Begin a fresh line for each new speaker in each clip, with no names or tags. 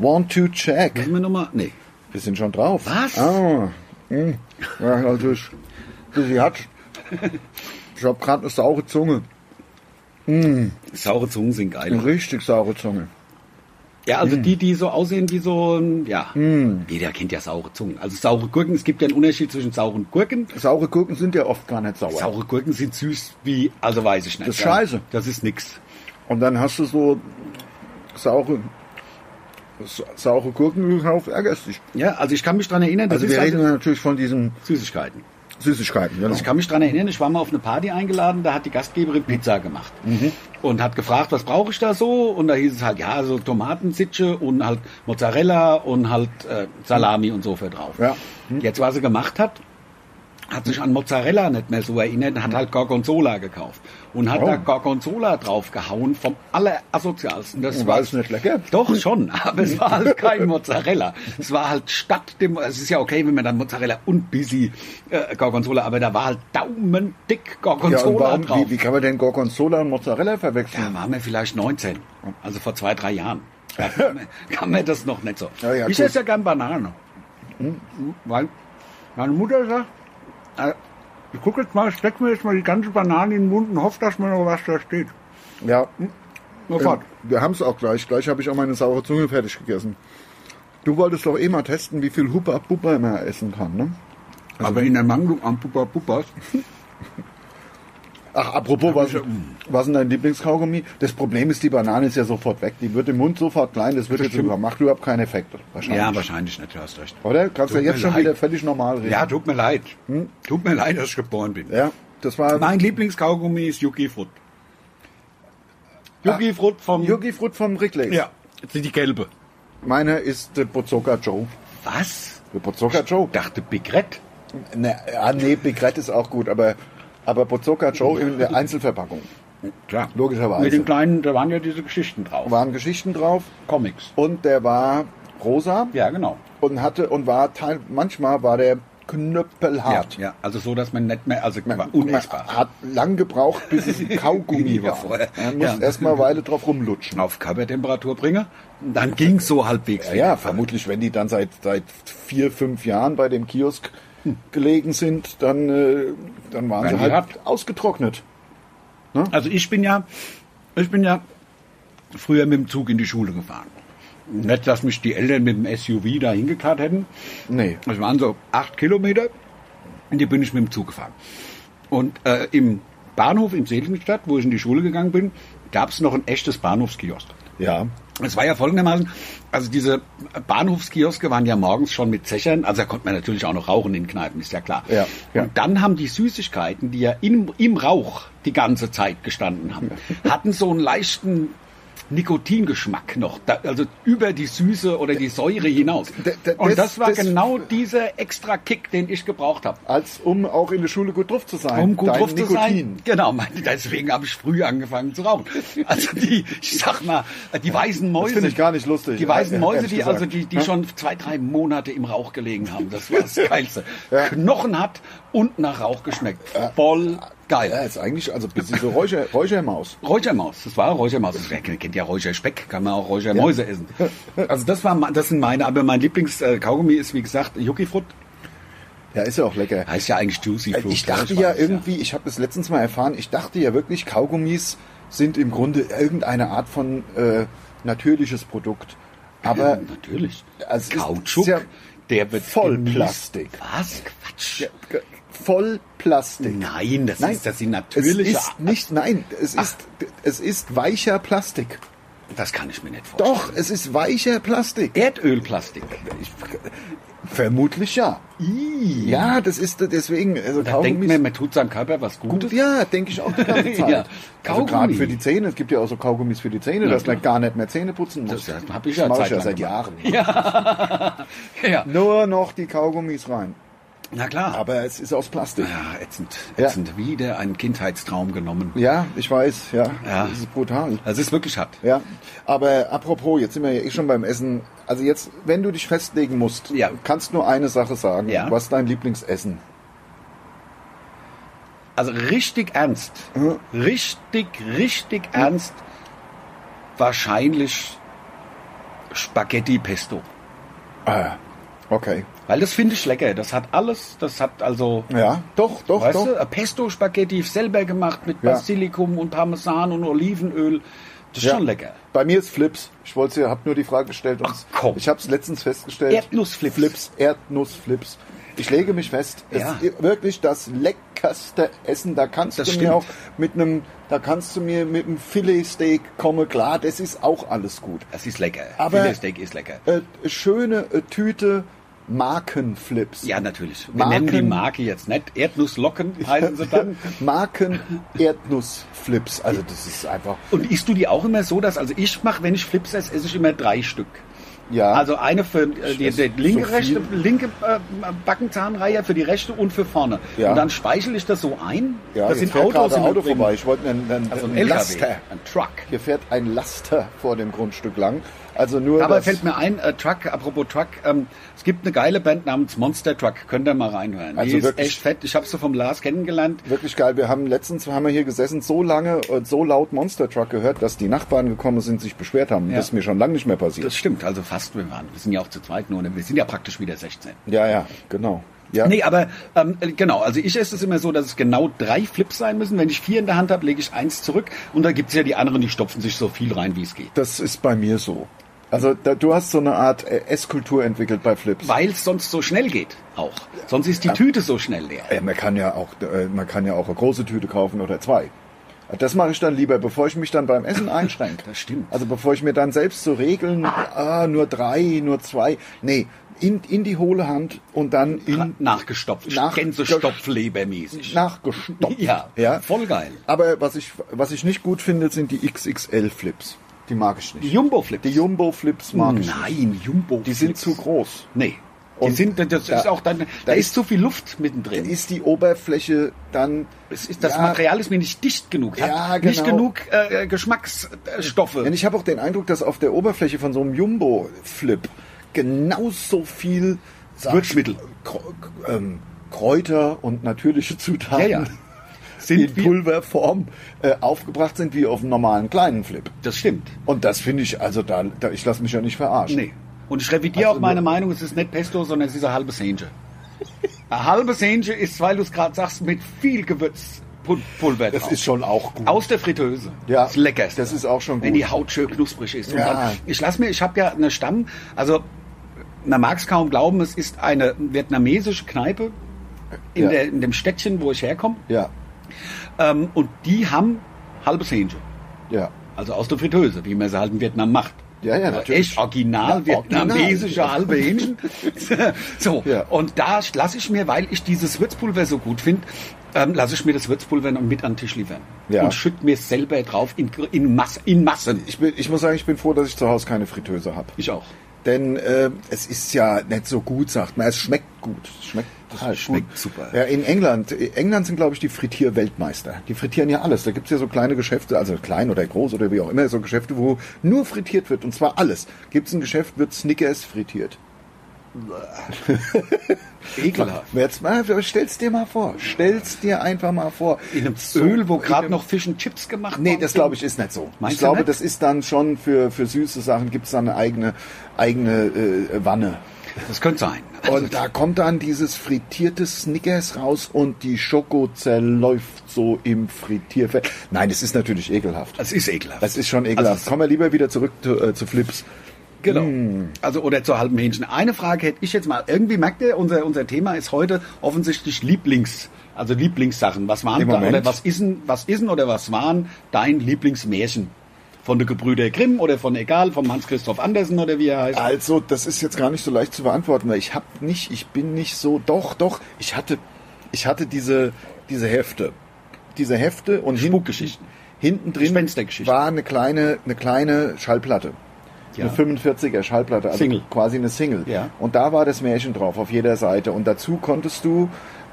One, two, check.
Müssen wir nochmal? Nee.
Wir sind schon drauf.
Was?
Ah. Hm. Ja, also ich, du, sie hat. Ich habe gerade eine saure Zunge.
Saure Zungen sind geil.
Eine richtig saure Zunge.
Ja, also
Mhm.
die, die so aussehen wie so ein, ja, jeder kennt ja saure Zungen. Also saure Gurken, es gibt ja einen Unterschied zwischen sauren Gurken.
Saure Gurken sind ja oft gar nicht sauer.
Saure Gurken sind süß wie, also weiß ich nicht.
Das ist
ja.
scheiße.
Das ist nix.
Und dann hast du so saure, sa- saure Gurken gekauft, ärgerst dich.
Ja, also ich kann mich dran erinnern, das
Also
ist
wir
also
reden natürlich von diesen
Süßigkeiten.
Süßigkeiten, genau.
Also Ich kann mich dran erinnern, ich war mal auf eine Party eingeladen, da hat die Gastgeberin Pizza gemacht
Mhm.
und hat gefragt, was brauche ich da so? Und da hieß es halt, ja, so Tomatensitsche und halt Mozzarella und halt äh, Salami und so für drauf. Mhm.
Ja.
Jetzt, was sie gemacht hat, hat sich an Mozzarella nicht mehr so erinnert, hat halt Gorgonzola gekauft und hat
Oh.
da Gorgonzola draufgehauen vom allerasozialsten. Das
War es nicht lecker?
Doch schon, aber es war halt kein Mozzarella. Es war halt statt dem, es ist ja okay, wenn man dann Mozzarella und Busy äh, Gorgonzola, aber da war halt daumendick
ja, und
Gorgonzola
warum,
drauf.
wie, wie kann man denn Gorgonzola und Mozzarella verwechseln?
Da waren wir vielleicht 19, also vor zwei, drei Jahren. Da kann man- kann man das noch nicht so.
Ja, ja,
ich
gut. Hm?
esse ja gern Banane. Hm, Weil meine Mutter sagt, äh, ich gucke jetzt mal, ich steck mir jetzt mal die ganze Banane in den Mund und hoffe, dass mir noch was da steht.
Ja,
Sofort.
ähm, wir haben es auch gleich. Gleich habe ich auch meine saure Zunge fertig gegessen. Du wolltest doch eh mal testen, wie viel Huppa Puppa man essen kann, ne?
aber in der Mango am Pupa Pupas.
Ach, apropos, was, was ist dein Lieblingskaugummi? Das Problem ist, die Banane ist ja sofort weg. Die wird im Mund sofort klein, das wird jetzt übermacht, überhaupt keinen Effekt. Wahrscheinlich.
Ja, wahrscheinlich nicht, du hast recht.
Oder? Kannst du
Tut
ja jetzt
mir
schon
leid.
wieder völlig normal reden.
Ja, tut mir leid. Tut mir leid, dass ich geboren bin.
ja das war
Mein Lieblingskaugummi ist Yuki Fruit. Yuki Fruit vom...
Yogi Fruit vom Ricklex.
Ja, die gelbe.
Meiner ist der Bozoka Joe.
Was?
Der Bozoka Joe?
Oh, Dachte Big Red.
Ne, ah, nee, Big Red ist auch gut, aber, aber Bozoka Joe in der Einzelverpackung.
Klar.
Logischerweise.
Mit dem kleinen, da waren ja diese Geschichten drauf.
Waren Geschichten drauf
Comics.
und der war rosa
Ja, genau.
und hatte und war teil, manchmal war der
Ja,
knöppelhart.
ja, also so, dass man nicht mehr, also war
Man
unessbar.
Hat lang gebraucht, bis es ein Kaugummi
Ja,
war.
vorher.
Man muss
Ja.
erstmal eine Weile drauf rumlutschen.
Auf Körpertemperatur bringe, dann ging es so halbwegs.
Ja,
wieder.
ja, vermutlich, wenn die dann seit, seit vier, fünf Jahren bei dem Kiosk gelegen sind, dann, äh, dann waren
Waren
sie
die
halt
hart.
ausgetrocknet.
Also ich bin ja, ich bin ja früher mit dem Zug in die Schule gefahren. Nicht, dass mich die Eltern mit dem SUV da hingekarrt hätten.
Nee.
Das waren so acht Kilometer. Und die bin ich mit dem Zug gefahren. Und äh, im Bahnhof in Seligenstadt, wo ich in die Schule gegangen bin, gab es noch ein echtes Bahnhofskiosk.
Ja.
Es war ja folgendermaßen, also diese Bahnhofskioske waren ja morgens schon mit Zechern, also da konnte man natürlich auch noch rauchen in Kneipen, ist ja klar.
Ja, ja.
Und dann haben die Süßigkeiten, die ja im, im Rauch die ganze Zeit gestanden haben, hatten so einen leichten Nikotingeschmack noch, da, also über die Süße oder die Säure hinaus.
D- d-
Und
das-
das war
das-
genau dieser extra Kick, den ich gebraucht habe.
Als um auch in der Schule gut drauf zu sein.
Um gut
Dein
drauf zu sein.
Nikotin.
Genau, mein- deswegen habe ich früh angefangen zu rauchen. Also die, ich sag mal, die weißen Mäuse.
finde ich gar nicht lustig,
Die weißen
ehr-
Mäuse,
ehrlich
die
gesagt.
also die, die schon zwei, drei Monate im Rauch gelegen haben. Das war das Geilste.
Ja.
Knochen hat und nach Rauch geschmeckt. Voll
Ja,
geil.
ist eigentlich, also bis diese Räucher, Räuchermaus.
Räuchermaus, das war Räuchermaus. Das wer kennt ja Räucherspeck, kann man auch Räuchermäuse essen. Also das war, ma- das sind meine, aber mein Lieblingskaugummi ist wie gesagt Yuki Fruit.
Ja, ist ja auch lecker.
Heißt ja eigentlich Juicy Fruit.
Äh, Ich dachte ja
weiß,
irgendwie, ich habe das letztens mal erfahren, ich dachte ja wirklich, Kaugummis sind im Grunde irgendeine Art von äh, natürliches Produkt.
Ja,
Aber also
natürlich.
es ist-
Kautschuk,
ist ja
der wird
voll
genießt.
Plastik.
Was? Quatsch.
voll Plastik.
Nein, das ist das die
es
natürliche.
ist nicht, nein, es ist, es ist weicher Plastik.
das kann ich mir nicht vorstellen.
Doch, es ist weicher Plastik.
Erdölplastik.
Vermutlich ja.
Ii.
Ja, das ist deswegen, also
Da denkt
Kaugummis-
man, man tut seinem Körper was Gutes.
Ja, denke ich auch die ganze Zeit.
Ja,
Also
Kaugummi.
gerade für die Zähne, es gibt ja auch so Kaugummis für die Zähne, dass man gar nicht mehr Zähne putzen muss.
Das, das habe ich ja
mache ich
Zeit
ja
lang
seit
gemacht.
Jahren.
Ja.
Nur noch die Kaugummis rein.
Na klar.
Aber es ist aus Plastik.
ja, ätzend.
Ja.
Ätzend. Wieder einen Kindheitstraum genommen.
Ja, ich weiß, ja.
Ja.
Das ist brutal.
Also es ist wirklich hart.
Ja, aber apropos, jetzt sind wir ja eh schon beim Essen. Also jetzt, wenn du dich festlegen musst,
Ja.
kannst nur eine Sache sagen.
Ja.
Was ist dein Lieblingsessen?
Also richtig ernst. Richtig, richtig ernst. Wahrscheinlich Spaghetti Pesto.
Ah, okay.
Weil das finde ich lecker. Das hat alles, das hat also,
Ja, doch, doch,
weißt
doch.
du, Pesto Spaghetti selber gemacht mit
Ja.
Basilikum und Parmesan und Olivenöl. Das ist
Ja.
schon lecker.
Bei mir ist Flips. Ich wollte sie, hab nur die Frage gestellt. Und
Ach, komm.
Ich habe es letztens festgestellt.
Erdnussflips.
Flips, Erdnussflips. Ich lege mich fest,
Ja.
es ist wirklich das leckerste Essen. Da kannst
Das
du
stimmt.
mir auch mit einem, da kannst du mir mit einem Filetsteak kommen. Klar, das ist auch alles gut.
Das ist lecker.
Aber-
Filetsteak ist lecker.
Äh, schöne äh, Tüte Markenflips.
Ja, natürlich. Wir
Marken-
nennen die Marke jetzt nicht. Erdnusslocken heißen sie dann.
Marken Erdnussflips. Also das ist einfach.
Und isst du die auch immer so, dass, also ich mache, wenn ich Flips esse, esse ich immer drei Stück.
Ja.
Also eine für äh, die,
esse
die linke,
so
rechte,
viel.
linke äh, Backenzahnreihe, für die rechte und für vorne.
Ja.
Und dann speichle ich das so ein.
ja,
das
jetzt
sind
fährt gerade
Autos im
ein Auto
Übrigen.
vorbei. Ich wollte einen, einen,
Also ein
einen
LKW,
Laster.
ein Truck.
Hier fährt ein Laster vor dem Grundstück lang. Also nur
Dabei
das-
fällt mir ein, äh, Truck, apropos Truck, ähm, es gibt eine geile Band namens Monster Truck, könnt ihr mal reinhören.
Also
die ist
wirklich-
echt fett, ich habe sie vom Lars kennengelernt.
wirklich geil. Wir haben letztens haben wir hier gesessen, so lange und so laut Monster Truck gehört, dass die Nachbarn gekommen sind, sich beschwert haben.
Ja.
Das ist mir schon lange nicht mehr passiert.
Das stimmt, also fast wir waren. Wir sind ja auch zu zweit nur, ne? wir sind ja praktisch wieder 16.
ja, ja, genau. Ja,
Nee, aber ähm, genau, also ich esse es immer so, dass es genau drei Flips sein müssen. Wenn ich vier in der Hand habe, lege ich eins zurück und dann gibt's ja die anderen, die stopfen sich so viel rein, wie es geht.
das ist bei mir so. Also da, du hast so eine Art äh, Esskultur entwickelt bei Flips.
Weil es sonst so schnell geht auch. Sonst ist die Tüte so schnell leer.
Ja, Äh, man kann ja auch, äh, man kann ja auch eine große Tüte kaufen oder zwei. Das mache ich dann lieber, bevor ich mich dann beim Essen einschränke.
Das stimmt.
Also bevor ich mir dann selbst so Regeln, ah, nur drei, nur zwei. Nee, in, in die hohle Hand und dann in,
Nachgestopft,
Nach-
Gänsestopflebermäßig.
nachgestoppt.
Ja, voll geil.
Aber was ich, was ich nicht gut finde, sind die XXL-Flips. Die mag ich nicht.
Die Jumbo-Flips.
Die Jumbo-Flips mag ich nicht.
Nein, Jumbo.
Die sind zu groß.
Nee. Die
Und
sind, das
da-
ist auch dann, da,
da
ist
ist-
zu viel Luft mittendrin.
Ist die Oberfläche dann...
Es ist, das
Ja,
Material ist mir nicht dicht genug. Hat
Ja,
Nicht
genau.
genug äh, Geschmacksstoffe.
Denn ich habe auch den Eindruck, dass auf der Oberfläche von so einem Jumbo-Flip genauso viel sag-
Würzmittel.
Kr- ähm, Kräuter und natürliche Zutaten
Ja, ja.
in
Sind wie-
Pulverform äh, aufgebracht sind wie auf einem normalen kleinen Flip.
Das stimmt.
Und das finde ich, also da, da ich lasse mich ja nicht verarschen.
Nee. Und ich revidiere
Also
auch meine
nur-
Meinung, es ist nicht Pesto, sondern es ist ein halbes Hähnchen. ein halbes Hähnchen ist, weil du es gerade sagst, mit viel Gewürzpulver
Das
drauf.
ist schon auch gut.
Aus der Fritteuse.
Mhm. Ja,
Das Leckerste.
das ist auch schon gut.
Wenn die Haut schön knusprig ist. Und
Ja.
dann, ich lass mir, ich habe ja eine Stamm, also man mag es kaum glauben, es ist eine vietnamesische Kneipe in,
Ja.
der, in dem Städtchen, wo ich herkomme.
Ja,
Ähm, und die haben halbes Hähnchen.
ja.
Also aus der Fritteuse, wie man sie halt in Vietnam macht.
Ja, ja,
Also
natürlich.
Echt original
Ja,
vietnamesische
original.
halbe Hähnchen. so,
Ja.
und da lasse ich mir, weil ich dieses Würzpulver so gut finde, ähm, lasse ich mir das Würzpulver noch mit an den Tisch liefern.
Ja.
Und schütte mir es selber drauf in, in, Mass, in Massen.
Ich, bin, ich muss sagen, ich bin froh, dass ich zu Hause keine Fritteuse habe.
Ich auch.
Denn äh, es ist ja nicht so gut, sagt man. Es schmeckt gut. Es schmeckt total
Ah, schmeckt
gut.
super.
Ja, in England, in England sind, glaube ich, die Frittier-Weltmeister. Die frittieren ja alles. Da gibt's ja so kleine Geschäfte, also klein oder groß oder wie auch immer, so Geschäfte, wo nur frittiert wird. Und zwar alles. Gibt's ein Geschäft, wird Snickers frittiert.
Ekelhaft.
Jetzt mal, stell's dir mal vor. Stell's dir einfach mal vor.
In einem
So-
Öl, wo
in
gerade
einem-
noch Fisch und Chips gemacht
Nee,
worden
das
sind.
glaube ich ist nicht so.
Meinst
ich
du
glaube,
nicht?
das ist dann schon für, für süße Sachen, gibt's dann eine eigene, eigene äh, Wanne. Also
Das könnte sein. Also,
Und da kommt dann dieses frittierte Snickers raus und die Schoko zerläuft so im Frittierfett. Nein, es ist natürlich ekelhaft.
Das ist ekelhaft.
Das ist schon ekelhaft.
Also,
Kommen wir lieber wieder zurück zu, äh, zu Flips. Hm.
Genau. Also oder zur halben Hähnchen. Eine Frage hätte ich jetzt mal. Irgendwie merkt ihr, unser, unser Thema ist heute offensichtlich Lieblings, also Lieblingssachen. Was waren
Im
da,
Moment.
oder was ist was ist oder was waren dein Lieblingsmärchen? Von der Gebrüder Grimm oder von egal, vom Hans-Christoph Andersen oder wie er heißt.
Also, das ist jetzt gar nicht so leicht zu beantworten, weil ich habe nicht, ich bin nicht so, doch, doch, ich hatte, ich hatte diese, diese Hefte. Diese Hefte und hinten-
Spukgeschichten.
hinten drin
Gespenstergeschichten.
war eine kleine, eine kleine Schallplatte.
Ja.
Eine 45er Schallplatte, also
Single.
quasi eine Single.
Ja.
Und da war das Märchen drauf, auf jeder Seite. Und dazu konntest du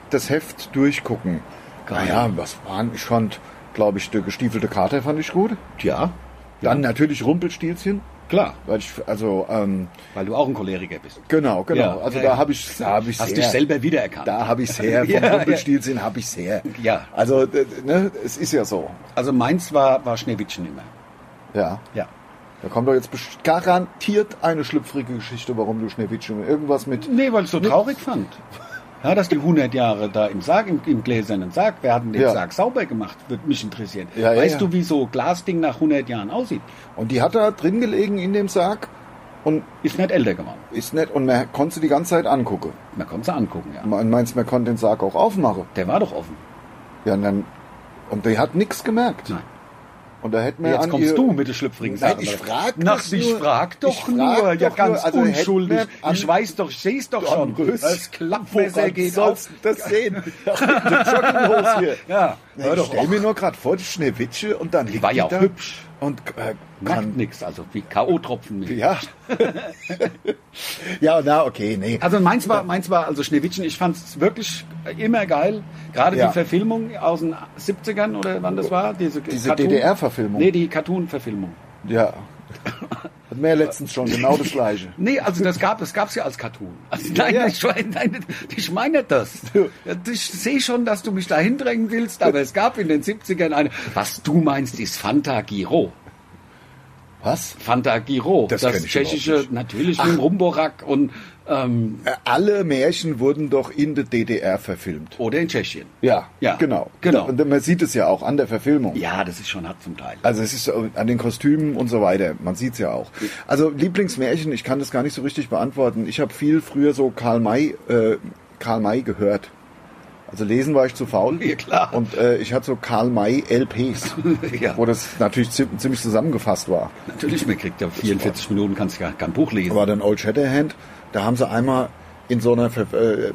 das Heft durchgucken.
Geil.
Naja, was waren, ich fand, glaube ich, der gestiefelte Kater fand ich gut.
Ja,
Dann natürlich Rumpelstilzchen,
klar,
weil ich, also, ähm,
weil du auch ein Choleriker bist.
Genau, genau.
Ja,
also
ja,
da
ja.
habe ich, da habe ich
Hast
sehr,
dich selber wiedererkannt.
da habe ich sehr vom
Ja, ja.
Rumpelstilzchen habe ich sehr.
Ja.
Also äh, ne, es ist ja so.
Also meins war, war Schneewittchen immer.
Ja.
Ja.
Da kommt doch jetzt best- garantiert eine schlüpfrige Geschichte, warum du Schneewittchen irgendwas mit.
Nee, weil ich so traurig fand. Ja, dass die 100 Jahre da im Sarg, im, im gläsernen Sarg, wer hat denn den
Ja.
Sarg sauber gemacht, wird mich interessieren.
Ja, ja,
weißt
ja.
du, wie so Glasding nach 100 Jahren aussieht?
Und die hat da drin gelegen in dem Sarg und
Ist nicht älter geworden.
ist nett und man konnte sie die ganze Zeit angucken.
Man kann sie angucken, ja.
Man meinst, man konnte den Sarg auch aufmachen.
Der war doch offen.
Ja, und dann. Und die hat nichts gemerkt.
Nein.
Und da hätten wir
Jetzt
an
kommst
ihr-
du mit der schlüpfrigen
Nein,
Sache.
ich frag
Nach,
doch
ich
nur.
frag doch
Ich frag
nur. ja,
doch
ganz
nur. Also hätten
unschuldig.
wir an-
Ich weiß doch, ich seh's doch schon.
Rös.
Das Klappmesser
Woran
geht auf.
sollst du das sehen? Auf der Jogginghose hier.
Ja,
Na,
hör
ich
doch
stell
auch.
mir nur gerade vor, die Schneewittche und dann liegt
war ja auch
da
hübsch.
Und äh,
Merkt
kann,
nix, also wie K.O.-Tropfen. mit.
ja. ja, na, okay, nee.
Also meins war, meins war also Schneewittchen, ich fand es wirklich immer geil. Gerade
Ja.
die Verfilmung aus den 70ern oder wann das war? Diese,
Diese
Cartoon-
DDR-Verfilmung.
Nee, die Cartoon-Verfilmung.
Ja. Hat mir ja letztens schon genau das gleiche.
Nee, also das gab es gab's ja als Cartoon. Also, nein,
ja.
Ich, mein- nein, ich meine das. Ja, Ich sehe schon, dass du mich dahin drängen willst, aber es gab in den 70ern eine. Was du meinst, ist Fantagiro.
Was?
Fantagiro,
Das kenn ich
tschechische,
überhaupt nicht.
natürlich mit Rumborak und ähm,
Äh, Alle Märchen wurden doch in der DDR verfilmt.
oder in Tschechien.
Ja,
Ja,
genau.
genau.
Und man sieht es ja auch an der Verfilmung.
Ja, das ist schon hart zum Teil.
Also es ist äh, an den Kostümen und so weiter. Man sieht's ja auch. Also Lieblingsmärchen, ich kann das gar nicht so richtig beantworten. Ich habe viel früher so Karl May, äh, Karl May gehört. Also lesen war ich zu faul.
Ja, klar.
Und äh, ich hatte so Karl May LPs,
Ja.
wo das natürlich zi- ziemlich zusammengefasst war.
Natürlich, man kriegt ja 44 Minuten, kannst ja kein Buch lesen.
war dann Old Shatterhand. Da haben sie einmal in so einer Ver- äh, äh,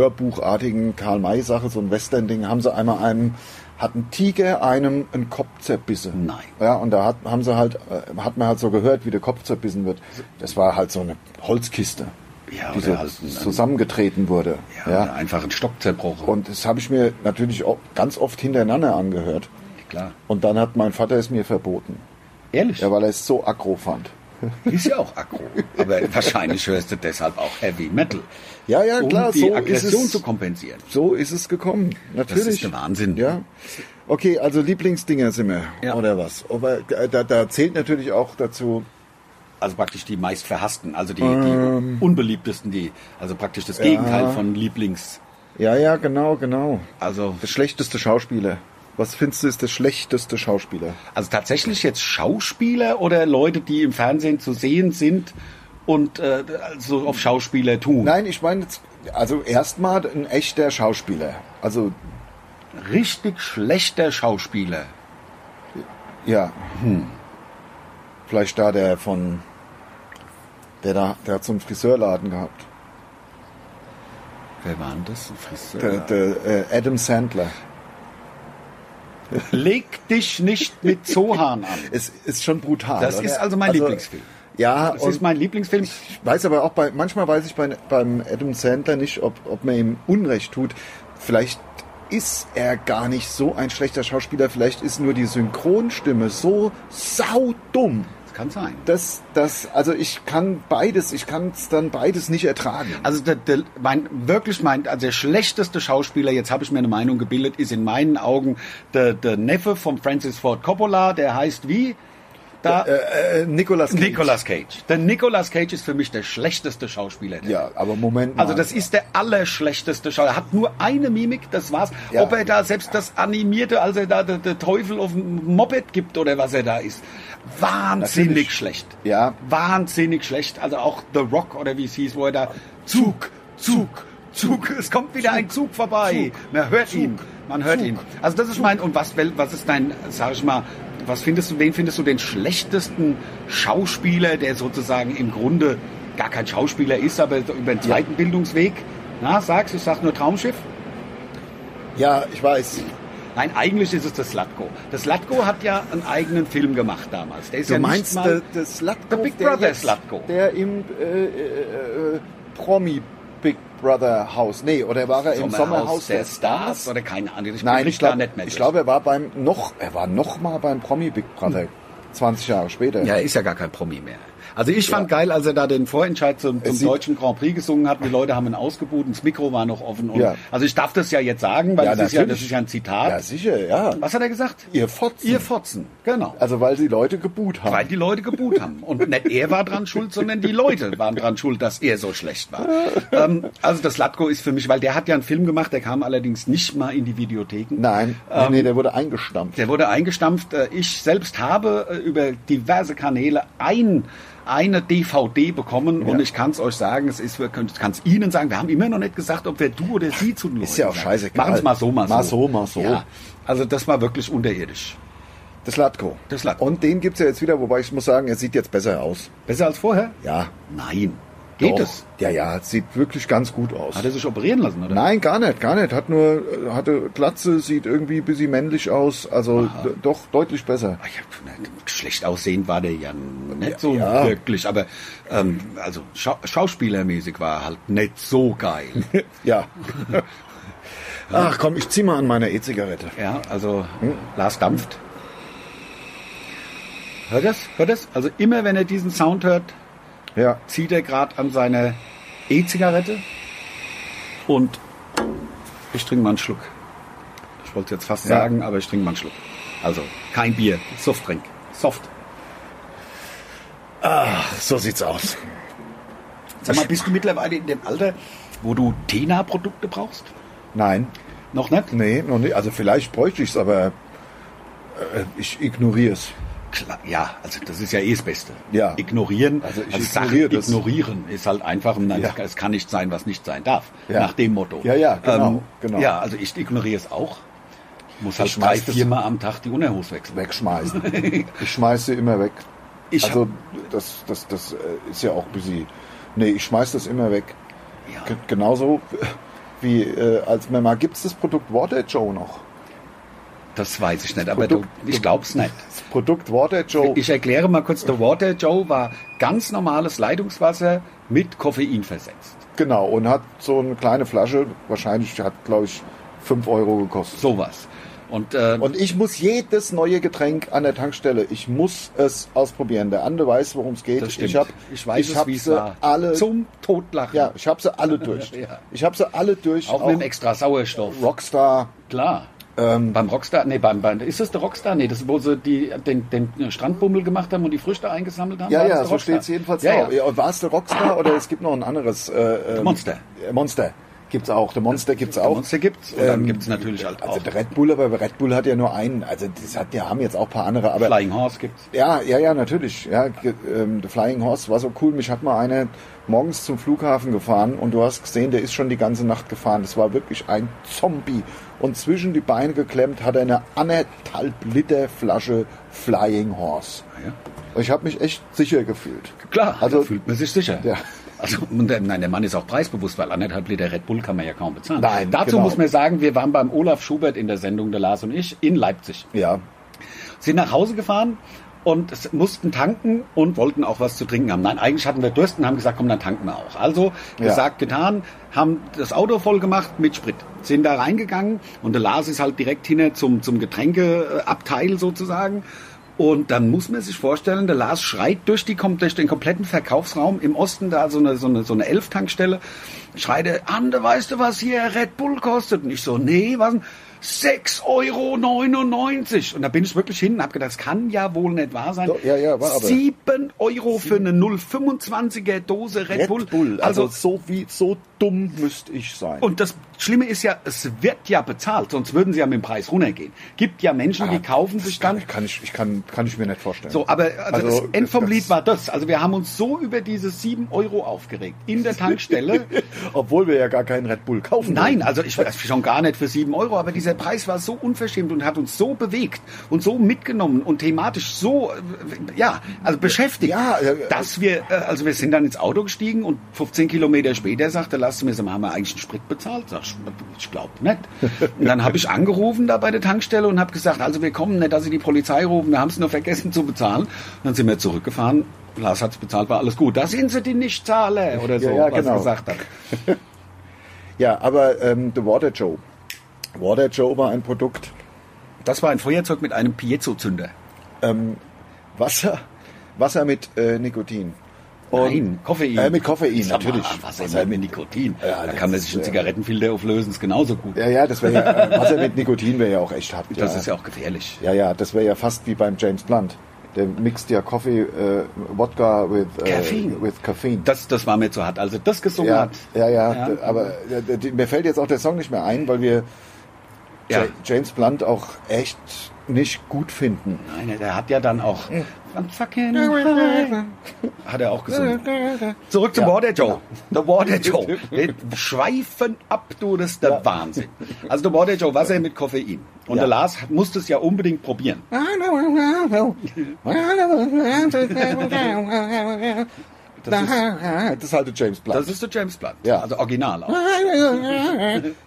hörbuchartigen Karl May-Sache, so ein Western-Ding, haben sie einmal einem, hat ein Tiger einem einen Kopf zerbissen.
Nein.
Ja, und da hat, haben sie halt, äh, hat man halt so gehört, wie der Kopf zerbissen wird. Das war halt so eine Holzkiste,
Ja,
die
oder
so
halt ein-
zusammengetreten wurde.
ja, Oder einfach ein Stock zerbrochen.
Und das habe ich mir natürlich auch ganz oft hintereinander angehört.
Klar.
Und dann hat mein Vater es mir verboten.
Ehrlich,
Ja, weil er es so aggro fand.
ist ja auch aggro. Aber wahrscheinlich hörst du deshalb auch Heavy Metal.
Ja, ja,
um
klar,
die
so ist
Aggression
es.
zu kompensieren.
So ist es gekommen. Natürlich.
ist der Wahnsinn.
Ja. Okay, also Lieblingsdinger sind wir,
Ja.
oder was? Aber äh, da, da zählt natürlich auch dazu,
Also praktisch die meist verhassten, also die,
Ähm.
die unbeliebtesten, die, also praktisch das Gegenteil von Lieblings.
ja, ja, genau, genau.
Also,
Das schlechteste Schauspieler. Was findest du ist der schlechteste Schauspieler?
also tatsächlich jetzt Schauspieler oder Leute, die im Fernsehen zu sehen sind und äh, also auf Schauspieler tun.
Nein, ich meine jetzt, also erstmal ein echter Schauspieler. Also,
Richtig schlechter Schauspieler.
ja. Hm. Vielleicht da der von, der da, der hat so einen Friseurladen gehabt.
Wer war denn das? Ein Friseur?
Der, der äh, Adam Sandler.
Leg dich nicht mit Zohan an.
Es ist schon brutal.
Das
oder?
ist also mein Lieblingsfilm.
Ja,
Das
und
ist mein Lieblingsfilm.
ich weiß aber auch bei, manchmal weiß ich bei, beim Adam Sandler nicht, ob, ob man ihm Unrecht tut. Vielleicht ist er gar nicht so ein schlechter Schauspieler, vielleicht ist nur die Synchronstimme so saudumm,
Das kann sein.
dass, dass, also ich kann beides, ich kann es dann beides nicht ertragen.
Also der, der, mein, wirklich mein, also der schlechteste Schauspieler, jetzt habe ich mir eine Meinung gebildet, ist in meinen Augen der, der Neffe von Francis Ford Coppola, der heißt wie? Da,
äh, Nicolas Cage.
Nicolas Cage. Der Nicolas Cage ist für mich der schlechteste Schauspieler. der
Ja, aber Moment mal.
Also das ist der allerschlechteste Schauer. Er hat nur eine Mimik, das war's.
Ja.
Ob er da selbst das animierte, als er da der, der Teufel auf dem Moped gibt oder was er da ist. Wahnsinnig
Natürlich.
schlecht.
Ja.
Wahnsinnig schlecht. Also auch The Rock oder wie es hieß, wo er da Zug, Zug, Zug. Es kommt wieder ein Zug vorbei.
Zug.
Man hört
Zug.
ihn. Man hört
Zug.
ihn. Also das ist mein und was wel- was ist dein sag ich mal, was findest du wen findest du den schlechtesten Schauspieler, der sozusagen im Grunde gar kein Schauspieler ist, aber so über den zweiten Bildungsweg? Na, sagst du, ich sag nur Traumschiff?
ja, ich weiß.
Nein, eigentlich ist es das Latko. Das Latko hat ja einen eigenen Film gemacht damals. Der ist
Du
ja
meinst äh,
nicht mal,
der, der Slatko,
der äh, Big
der
Brother
jetzt-
Slatko.
Der im äh, äh, äh, Promi Big Brother Haus. Nee, oder war er äh, im Sommerhaus
der Stars oder keine Ahnung. Ich
Nein,
blick
ich
da
glaube,
nicht mehr
ich
durch.
glaube, er war beim
Hm.
noch, er war noch mal beim Promi Big Brother. 20 Jahre später.
Ja, er ist ja gar kein Promi mehr. Also ich fand geil, als er da den Vorentscheid zum, zum
sieht-
deutschen Grand Prix gesungen hat. Die Leute haben ihn ausgebuht, und das Mikro war noch offen. Und
Ja.
Also ich darf das ja jetzt sagen, weil
Ja,
das, ist ja, das
natürlich.
ist ja ein Zitat.
Ja, sicher, ja.
Was hat er gesagt?
Ihr Fotzen.
Ihr Fotzen, genau.
Also weil die Leute gebuht haben.
Weil die Leute geboot haben. Und nicht er war dran schuld, sondern die Leute waren dran schuld, dass er so schlecht war. Ähm, also das Latko ist für mich, weil der hat ja einen Film gemacht, der kam allerdings nicht mal in die Videotheken.
Nein,
Ähm,
nee, nee, der wurde eingestampft.
Der wurde eingestampft. Äh, Ich selbst habe äh, über diverse Kanäle ein, eine DVD bekommen und ich kann es euch sagen, es ist, wir können- ich kann es Ihnen sagen, wir haben immer noch nicht gesagt, ob wir du oder sie zu den Leuten
Ist ja auch
sagen.
scheißegal.
Machen's mal so, mal so.
Mal so, mal so.
Ja, also das war wirklich unterirdisch.
Das Latko.
Das Latko.
Und den gibt's ja jetzt wieder, wobei ich muss sagen, er sieht jetzt besser aus.
Besser als vorher?
Ja.
Nein. Geht
Doch.
es?
Ja, ja, es sieht wirklich ganz gut aus.
Hat er sich operieren lassen, oder?
Nein, gar nicht, gar nicht. Hat nur, äh, hatte Glatze, sieht irgendwie ein bisschen männlich aus. Also d- doch deutlich besser.
Ich hab, Ah, na, schlecht aussehend war der ja nicht so
Ja.
wirklich, aber ähm, also Schau schauspielermäßig war er halt nicht so geil.
Ja. Ach komm, ich zieh mal an meiner E-Zigarette.
ja, also Lars dampft. Hört das? Hört das? Also immer wenn er diesen Sound hört,
Ja.
zieht er gerade an seine E-Zigarette und ich trinke mal einen Schluck. Ich wollte jetzt fast
Ja.
sagen, aber ich trinke mal einen Schluck. Also kein Bier, Softdrink. Soft.
So sieht's aus.
Sag mal, bist du mittlerweile in dem Alter, wo du Tena-Produkte brauchst?
Nein.
Noch nicht?
Nee, noch nicht. Also vielleicht bräuchte ich's, aber äh, ich ignorier's.
Klar, ja, also das ist ja eh das Beste.
Ja.
Ignorieren,
Also ich
Sachen
ignoriere das.
ignorieren ist halt einfach, nein,
Ja.
es kann nicht sein, was nicht sein darf.
Ja.
Nach dem Motto.
Ja, ja, genau, genau.
Ja, also ich ignoriere es auch. Muss halt drei,
schmeiß das-
viermal am Tag die Unterhose wechseln.
Wegschmeißen. ich schmeiße immer weg.
Ich
also das, das, das äh, ist ja auch busy. Nee, ich schmeiß das immer weg.
Ja.
Ge- Genauso wie äh, als man mal gibt's das Produkt Water Joe noch.
Das weiß ich nicht, aber du,
Produkt-
ich glaub's nicht.
Das Produkt Water Joe.
Ich erkläre mal kurz, der Water Joe war ganz normales Leitungswasser mit Koffein versetzt.
Genau, und hat so eine kleine Flasche, wahrscheinlich hat, glaube ich, 5 Euro gekostet.
Sowas. Und, äh,
Und ich muss jedes neue Getränk an der Tankstelle, ich muss es ausprobieren. Der andere weiß, worum es geht.
das stimmt.
Ich, hab,
ich weiß
ich
es,
hab
wie es
sie
war.
alle.
Zum Totlachen.
ja, ich habe sie alle durch.
Ja.
Ich habe sie alle durch.
Auch, mit dem extra Sauerstoff.
Rockstar.
Klar.
Ähm,
beim Rockstar, nee, beim, beim, ist das der Rockstar? Nee, das, wo sie die, den, den Strandbummel gemacht haben und die Früchte eingesammelt haben?
Ja,
war
ja,
das der
so
Rockstar?
steht es jedenfalls
ja,
drauf.
Ja.
Ja. War es der Rockstar oder es gibt noch ein anderes? Äh, ähm,
Monster.
äh, Monster gibt's auch. Der Monster gibt's
Auch.
auch.
Monster gibt's. Und dann
Ähm,
gibt's natürlich halt
Also
auch.
der Red Bull, aber Red Bull hat ja nur einen. Also das hat, die haben jetzt auch ein paar andere. Aber
Flying Horse gibt's.
Ja, ja, ja, natürlich. Ja, ge- ähm, The Flying Horse war so cool. Mich hat mal einer morgens zum Flughafen gefahren und du hast gesehen, der ist schon die ganze Nacht gefahren. Das war wirklich ein Zombie. Und zwischen die Beine geklemmt hat er eine anderthalb Liter Flasche Flying Horse.
Ah, Ja.
Und ich habe mich echt sicher gefühlt.
Klar, also
Also-
fühlt man sich sicher.
Ja.
Also, und der, nein, der Mann ist auch preisbewusst, weil anderthalb Liter Red Bull kann man ja kaum bezahlen.
Nein,
Dazu
genau.
muss man sagen, wir waren beim Olaf Schubert in der Sendung, der Lars und ich, in Leipzig.
Ja,
sind nach Hause gefahren und es- mussten tanken und wollten auch was zu trinken haben. Nein, eigentlich hatten wir Durst und haben gesagt, komm, dann tanken wir auch. Also
Ja.
gesagt, getan, haben das Auto voll gemacht mit Sprit, sind da reingegangen und der Lars ist halt direkt hinter zum, zum Getränkeabteil sozusagen. Und dann muss man sich vorstellen, der Lars schreit durch, die, kom- durch den kompletten Verkaufsraum im Osten, da so eine, so eine, so eine Elf-Tankstelle, schreit er, Ande, weißt du, was hier Red Bull kostet? Und ich so, nee, was denn? 6,99 Euro. Und da bin ich wirklich hin und habe gedacht, das kann ja wohl nicht wahr sein.
Doch, ja, ja, war aber-
7 Euro für eine 0,25er Dose Red,
Red Bull. Also,
also
so wie so dumm müsste ich sein.
und das Schlimme ist ja, es wird ja bezahlt, sonst würden sie ja mit dem Preis runtergehen. Gibt ja Menschen,
Ah,
die kaufen sich dann
kann, kann ich, ich kann, kann ich mir nicht vorstellen.
so, aber also
Also,
das End vom
das-
Lied war das. Also wir haben uns so über diese 7 Euro aufgeregt in der Tankstelle.
obwohl wir ja gar keinen Red Bull kaufen.
Nein,
wollten.
also ich weiß schon gar nicht für 7 Euro, aber dieser Preis war so unverschämt und hat uns so bewegt und so mitgenommen und thematisch so, äh, ja, also beschäftigt,
Ja, äh,
dass wir, äh, also wir sind dann ins Auto gestiegen und 15 Kilometer später sagte, lasst mir, haben wir eigentlich einen Sprit bezahlt? Sag, ich, ich glaube nicht. Und dann habe ich angerufen da bei der Tankstelle und habe gesagt, also wir kommen nicht, dass sie die Polizei rufen, wir haben es nur vergessen zu bezahlen. Und dann sind wir zurückgefahren. Lars hat's bezahlt, war alles gut. Da sind sie die Nichtzahler oder so,
Ja, ja,
was
genau.
er gesagt hat.
Ja, aber ähm, The Water Joe. Water Joe war ein Produkt,
Das war ein Feuerzeug mit einem Piezo-Zünder.
Wasser, Wasser mit äh, Nikotin.
Nein, Koffein.
Äh, mit Koffein,
Sag mal,
natürlich.
Wasser, mit Nikotin.
Ja,
da
das
kann man
ist,
sich einen
ja.
Zigarettenfilter auflösen, ist genauso gut.
Ja, ja, das wäre ja, äh, Wasser mit Nikotin wäre ja auch echt hart.
Das ist ja auch gefährlich.
Ja, ja, das wäre ja fast wie beim James Blunt. Der mixt ja Coffee, äh, Wodka with, äh,
Caffeine.
with Caffeine.
Das, das war mir zu hart. Also das gesungen
ja,
hat.
ja, ja,
Ja.
d- aber äh, d- d- mir fällt jetzt auch der Song nicht mehr ein, weil wir
Ja.
Ja- James Blunt auch echt nicht gut finden.
Nein, der hat ja dann auch. I'm fucking high. Hat er auch gesungen. Zurück zum
Ja,
Water Joe. The Water Joe. Wir schweifen ab, du, das ist der Wahnsinn. Also der Water Joe, Wasser mit Koffein. Und
Ja.
der Lars musste es ja unbedingt probieren.
Das ist, das ist halt der James Blunt.
Das ist der James Blunt.
Ja.
Also original auch.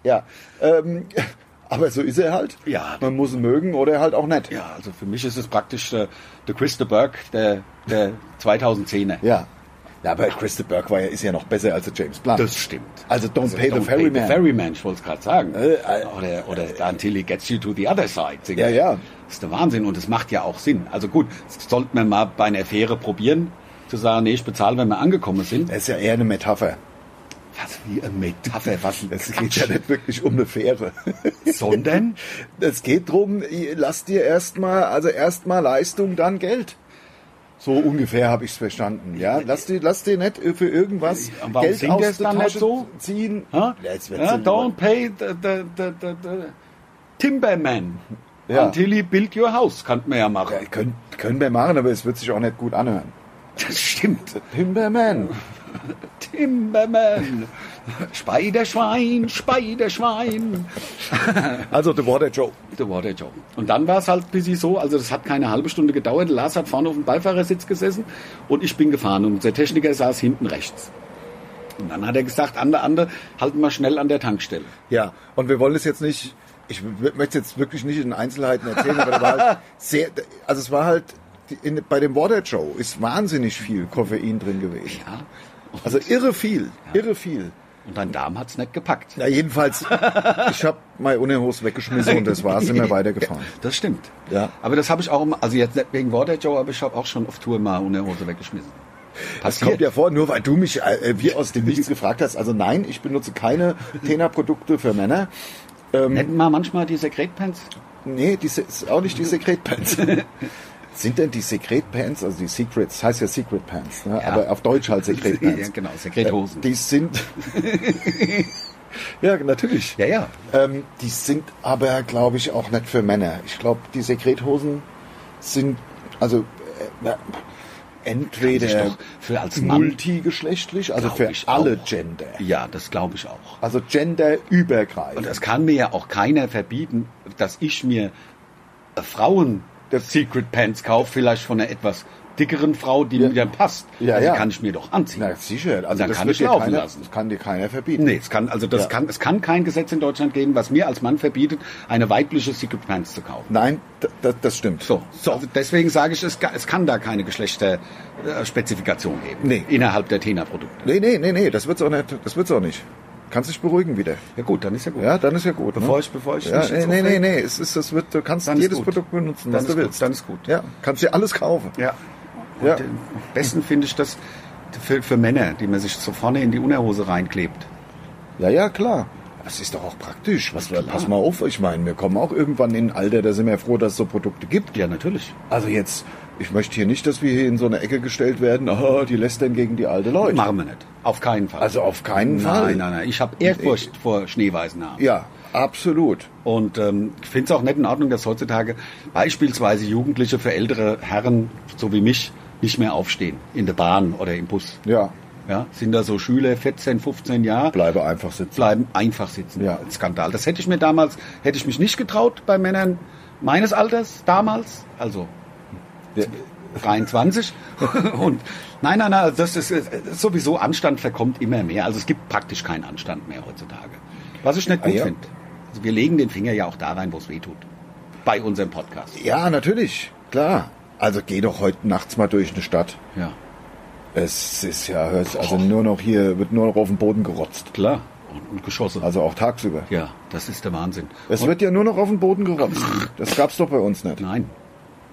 ja, ähm, aber so ist er halt.
Ja.
Man muss ihn mögen oder halt auch nicht.
Ja, also für mich ist es praktisch äh, der Chris de Burke der, der 2010er.
Ja. Ja, aber Christa Burke war ja, ist ja noch besser als der James Blunt.
Das stimmt.
also Don't Pay the
Don't pay
Ferryman.
the Ferryman, ich wollte es gerade sagen.
Äh, äh,
oder oder Until he gets you to the other side. singen.
Ja, ja.
Das ist der Wahnsinn und es macht ja auch Sinn. Also gut, das sollte man mal bei einer Fähre probieren, zu sagen, nee, ich bezahle, wenn wir angekommen sind.
das ist ja eher eine Metapher.
Was wie eine Metapher, was ein
Es geht ja nicht wirklich um eine Fähre.
Sondern,
Es geht drum, lass dir erstmal, also erstmal Leistung, dann Geld. So ungefähr habe ich es verstanden. Ja, lass dir, lass dir nicht für irgendwas
Und warum
Geld
singt
aus
er's
der
dann nicht
Tasche
so?
ziehen.
ha?
Ja, jetzt wird's
ja,
in-
don't pay the, the, the, the, the Timberman
Ja.
until he built your house, könnte man ja machen.
Ja, können, können wir machen, aber es wird sich auch nicht gut anhören.
Das stimmt.
Timberman.
Timberman. Speiderschwein, Speiderschwein.
Also The Water Joe.
The Water Joe. Und dann war es halt ein bisschen so, also das hat keine halbe Stunde gedauert. Der Lars hat vorne auf dem Beifahrersitz gesessen und ich bin gefahren und unser Techniker saß hinten rechts. Und dann hat er gesagt, Ander, Ander, halten wir schnell an der Tankstelle.
Ja, und wir wollen es jetzt nicht, ich w- möchte es jetzt wirklich nicht in Einzelheiten erzählen, aber da war halt sehr, also es war halt, die- in, bei dem Water Joe ist wahnsinnig viel Koffein drin gewesen.
Ja.
Also irre viel, irre viel.
Und dein Darm hat's nicht gepackt.
Ja, jedenfalls, ich habe meine Unterhose weggeschmissen und das war's, sind wir weitergefahren.
Das stimmt.
Ja.
Aber das habe ich auch, immer- also jetzt nicht wegen Water Joe, aber ich habe auch schon auf Tour mal ohne Hose weggeschmissen.
Das kommt ja vor, nur weil du mich äh, wie aus dem Nichts gefragt hast. Also nein, ich benutze keine Tena-Produkte für Männer. ähm,
Hätten wir manchmal die Sekretpants?
Nee, die Se- ist auch nicht die Secret Pants. Sind denn die Secret Pants, also die Secrets, heißt ja Secret Pants, ne?
Ja.
aber auf Deutsch halt Secret Pants. Ähm,
Ja, genau, Sekrethosen.
Die sind, ja natürlich,
Ja, ja.
ähm, die sind aber glaube ich auch nicht für Männer. Ich glaube, die Sekrethosen sind, also äh,
Sich
entweder
doch für als Mann.
multigeschlechtlich, also
Glaub
für
ich
alle
auch.
Gender,
Ja, das glaube ich auch.
also
Und
genderübergreifend.
das kann mir ja auch keiner verbieten, dass ich mir äh, Frauen
Der-
Secret Pants kaufe, vielleicht von einer etwas dickeren Frau, die mir dann passt.
Ja,
also
ja.
kann ich mir doch anziehen.
Na sicher,
Und
also
dann
das
kann
wird
ich
dir
laufen
keiner,
lassen.
Das kann dir keiner verbieten.
Nee, es kann, also das
Ja.
kann, es kann kein Gesetz in Deutschland geben, was mir als Mann verbietet, eine weibliche Secret Pants zu kaufen.
Nein, d- d- das stimmt.
So, so. Also deswegen sage ich, es, ga- es kann da keine Geschlechterspezifikation geben.
Nee.
Innerhalb der TENA-Produkte.
Nee, nee, nee, nee, das wird's auch nicht, das wird's auch nicht. Kannst dich beruhigen wieder.
Ja gut, dann ist ja gut.
Ja, dann ist ja gut.
Bevor
ne?
ich- bevor ich
ja,
mich
nee,
jetzt
nee, nee,
aufreg-
nee, es ist, das wird, du kannst
Dann ist
jedes
gut.
Produkt benutzen,
Dann
was
ist
du
gut,
willst.
dann ist gut.
Ja, kannst dir alles kaufen.
Ja.
Ja.
Und, äh, am besten finde ich das für, für Männer, die man sich so vorne in die Unterhose reinklebt.
Ja, ja, klar. Das ist doch auch praktisch. Was,
Klar.
pass mal auf, ich meine, wir kommen auch irgendwann in ein Alter, da sind wir froh, dass es so Produkte gibt.
Ja, natürlich.
Also jetzt, ich möchte hier nicht, dass wir hier in so eine Ecke gestellt werden, oh, die lästern gegen die alte Leute.
Machen wir nicht. Auf keinen Fall.
Also auf keinen
nein,
Fall.
Nein, nein, nein. Ich habe Ehrfurcht vor schneeweißen Haaren.
Ja, absolut.
Und ähm, ich finde es auch nicht in Ordnung, dass heutzutage beispielsweise Jugendliche für ältere Herren, so wie mich, nicht mehr aufstehen. In der Bahn oder im Bus.
Ja,
Ja, sind da so Schüler, 14, 15 Jahre,
bleibe einfach sitzen.
bleiben einfach sitzen.
Ja.
Ein Skandal. Das hätte ich mir damals, hätte ich mich nicht getraut bei Männern meines Alters damals, also
Ja.
23. Und nein, nein, nein, das ist, das ist sowieso Anstand verkommt immer mehr. Also es gibt praktisch keinen Anstand mehr heutzutage. Was ich nicht
Ah,
gut
ja.
finde. Also wir legen den Finger ja auch da rein, wo es weh tut. Bei unserem Podcast.
Ja, natürlich, klar. Also geh doch heute nachts mal durch eine Stadt.
Ja,
Es ist ja, hörst, also nur noch hier, wird nur noch auf den Boden gerotzt.
klar. Und, und Geschosse.
Also auch tagsüber.
ja, das ist der Wahnsinn.
Es
und,
wird ja nur noch auf den Boden gerotzt. Das gab's doch bei uns nicht.
nein.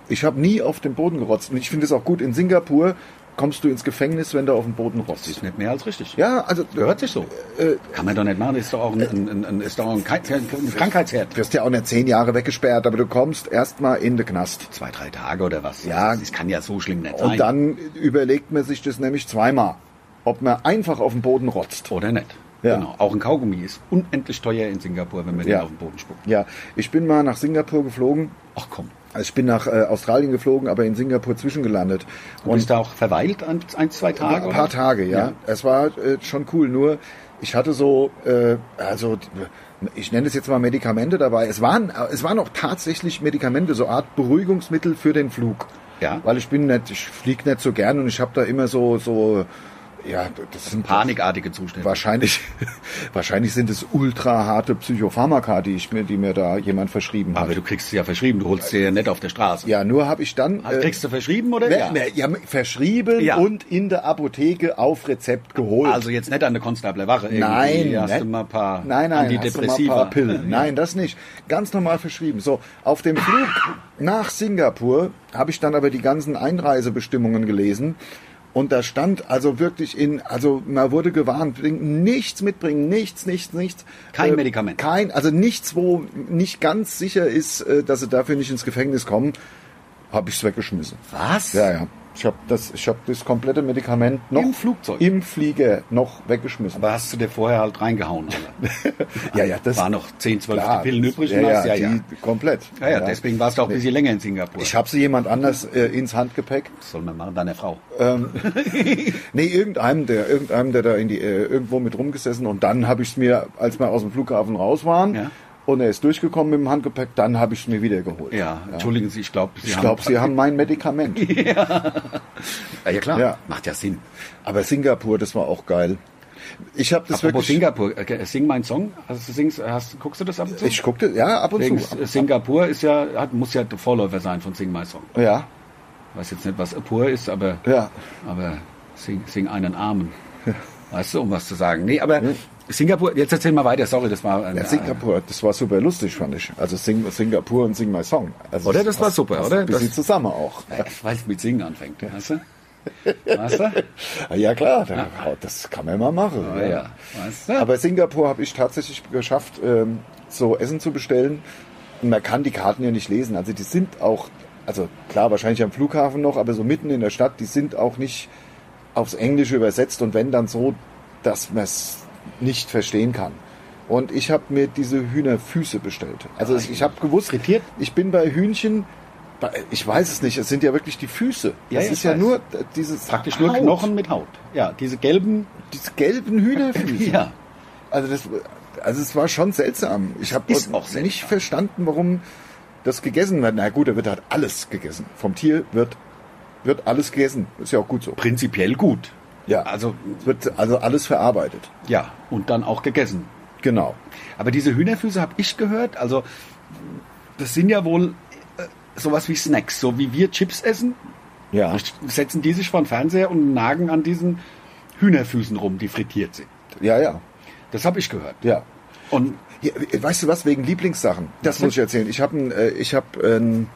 Ich habe nie auf den Boden gerotzt. Und ich finde es auch gut, in Singapur kommst du ins Gefängnis, wenn du auf den Boden
Das ist
rotzt.
nicht mehr als richtig.
Ja, also
Gehört sich so.
äh,
Kann man doch nicht machen. Ist doch auch ein, ein, ein, ein, ist doch auch ein, Krank- ein Krankheitsherd.
wirst ja auch nicht zehn Jahre weggesperrt, aber du kommst erstmal in den Knast.
Zwei, drei Tage oder was.
Ja.
Das kann ja so schlimm nicht
Und
sein.
dann überlegt man sich das nämlich zweimal, ob man einfach auf den Boden rotzt.
Oder nicht.
Ja.
Genau. Auch ein Kaugummi ist unendlich teuer in Singapur, wenn man
Ja.
den auf den Boden spuckt.
Ja, ich bin mal nach Singapur geflogen.
Ach komm.
Also ich bin nach äh, Australien geflogen, aber in Singapur zwischengelandet.
Du bist da auch verweilt ein, ein zwei Tage?
Ein paar
oder?
Tage, ja. Es war äh, schon cool, nur ich hatte so, äh, also ich nenne es jetzt mal Medikamente dabei. Es waren, äh, es waren auch tatsächlich Medikamente, so Art Beruhigungsmittel für den Flug.
Ja.
Weil ich bin nicht, ich flieg nicht so gern und ich habe da immer so, so, ja, das sind
Panikartige Zustände.
wahrscheinlich, wahrscheinlich sind es ultra harte Psychopharmaka, die ich mir, die mir da jemand verschrieben hat.
Aber du kriegst sie ja verschrieben, du holst sie ja nicht auf der Straße.
Ja, äh, nur habe ich dann.
Also Kriegst du verschrieben oder?
Ne, ne, ja, verschrieben
Ja.
und in der Apotheke auf Rezept geholt.
Also jetzt nicht an der Konstabler Wache. irgendwie.
nein,
Hast
ne?
du mal ein paar
nein, nein,
Antidepressiva.
Hast du mal ein paar Pillen. Nein, das nicht. Ganz normal verschrieben. So, auf dem Flug nach Singapur habe ich dann aber die ganzen Einreisebestimmungen gelesen. Und da stand also wirklich in, also man wurde gewarnt, bring- nichts mitbringen, nichts, nichts, nichts.
Kein Medikament.
Kein, also nichts, wo nicht ganz sicher ist, äh, dass sie dafür nicht ins Gefängnis kommen, habe ich es weggeschmissen.
Was?
Ja, ja. Ich habe das, ich hab das komplette Medikament noch
Im Flugzeug?
im Flieger noch weggeschmissen.
Aber hast du dir vorher halt reingehauen? Alter.
ja, ja, das
War noch 10, 12
klar,
Pillen
das-
übrig?
Ja,
und
ja,
hast- ja, ja.
die komplett.
ja, ja. Deswegen warst du auch ein bisschen länger in Singapur.
Ich habe sie jemand anders äh, ins Handgepäck.
Was soll man machen? Deine Frau.
Äh, Nee, irgendeinem, der, irgendeinem, der da in die, äh, irgendwo mit rumgesessen. Und dann habe ich es mir, als wir aus dem Flughafen raus waren
Ja.
und er ist durchgekommen mit dem Handgepäck, dann habe ich es mir wieder geholt.
ja, entschuldigen Sie, ich glaube, Sie
Ich
haben...
glaube, Sie haben mein Medikament.
Ja, ja klar,
Ja.
macht ja Sinn.
Aber Singapur, das war auch geil. Ich habe das
Apropos
wirklich.
Singapur, äh, sing meinen Song. Also, singst, hast, guckst du das ab und zu?
Ich guckte, ja, ab und
Wegen
zu.
S- Singapur ist ja, hat, muss ja der Vorläufer sein von Sing My Song.
Ja,
Weiß jetzt nicht, was Apur ist, aber,
ja.
aber sing, sing einen Armen. Weißt du, um was zu sagen. Nee, aber Singapur, jetzt erzähl mal weiter, sorry, das war ein,
Ja, Singapur, das war super lustig, fand ich. Also Sing, Singapur und Sing My Song. Also
Oder?
es
Das war
passt-
super,
passt
oder?
Ein bisschen
Das-
zusammen auch.
äh, weil es mit Singen anfängt, weißt du? Weißt du?
Ja klar, da, das kann man mal machen.
Ja, Ah, ja. Weißt du?
Aber Singapur habe ich tatsächlich geschafft, ähm, so Essen zu bestellen. Und man kann die Karten ja nicht lesen. Also die sind auch, also klar, wahrscheinlich am Flughafen noch, aber so mitten in der Stadt, die sind auch nicht aufs Englische übersetzt und wenn dann so, dass man es nicht verstehen kann. Und ich habe mir diese Hühnerfüße bestellt. Also ich habe gewusst,
Frittiert?
ich bin bei Hühnchen, bei, ich weiß es nicht, es sind ja wirklich die Füße.
Ja,
es
ja,
ist
ich
ja
weiß.
nur äh, dieses
Praktisch nur
Haut,
Knochen mit Haut. Ja, diese gelben,
diese gelben Hühnerfüße.
ja.
Also das, also es war schon seltsam. Ich habe
Ist auch seltsam.
nicht verstanden, warum das gegessen wird. Na gut, da wird halt alles gegessen. Vom Tier wird wird alles gegessen. Ist ja auch gut so.
Prinzipiell gut.
Ja,
Also,
es wird also alles verarbeitet.
ja, und dann auch gegessen.
Genau.
Aber diese Hühnerfüße habe ich gehört, also das sind ja wohl äh, sowas wie Snacks, so wie wir Chips essen,
Ja,
setzen die sich vor den Fernseher und nagen an diesen Hühnerfüßen rum, die frittiert sind.
ja, ja,
Das habe ich gehört.
ja.
Und
Ja, weißt du was, wegen Lieblingssachen. Das muss ich erzählen. Ich habe einen, äh, ich habe einen,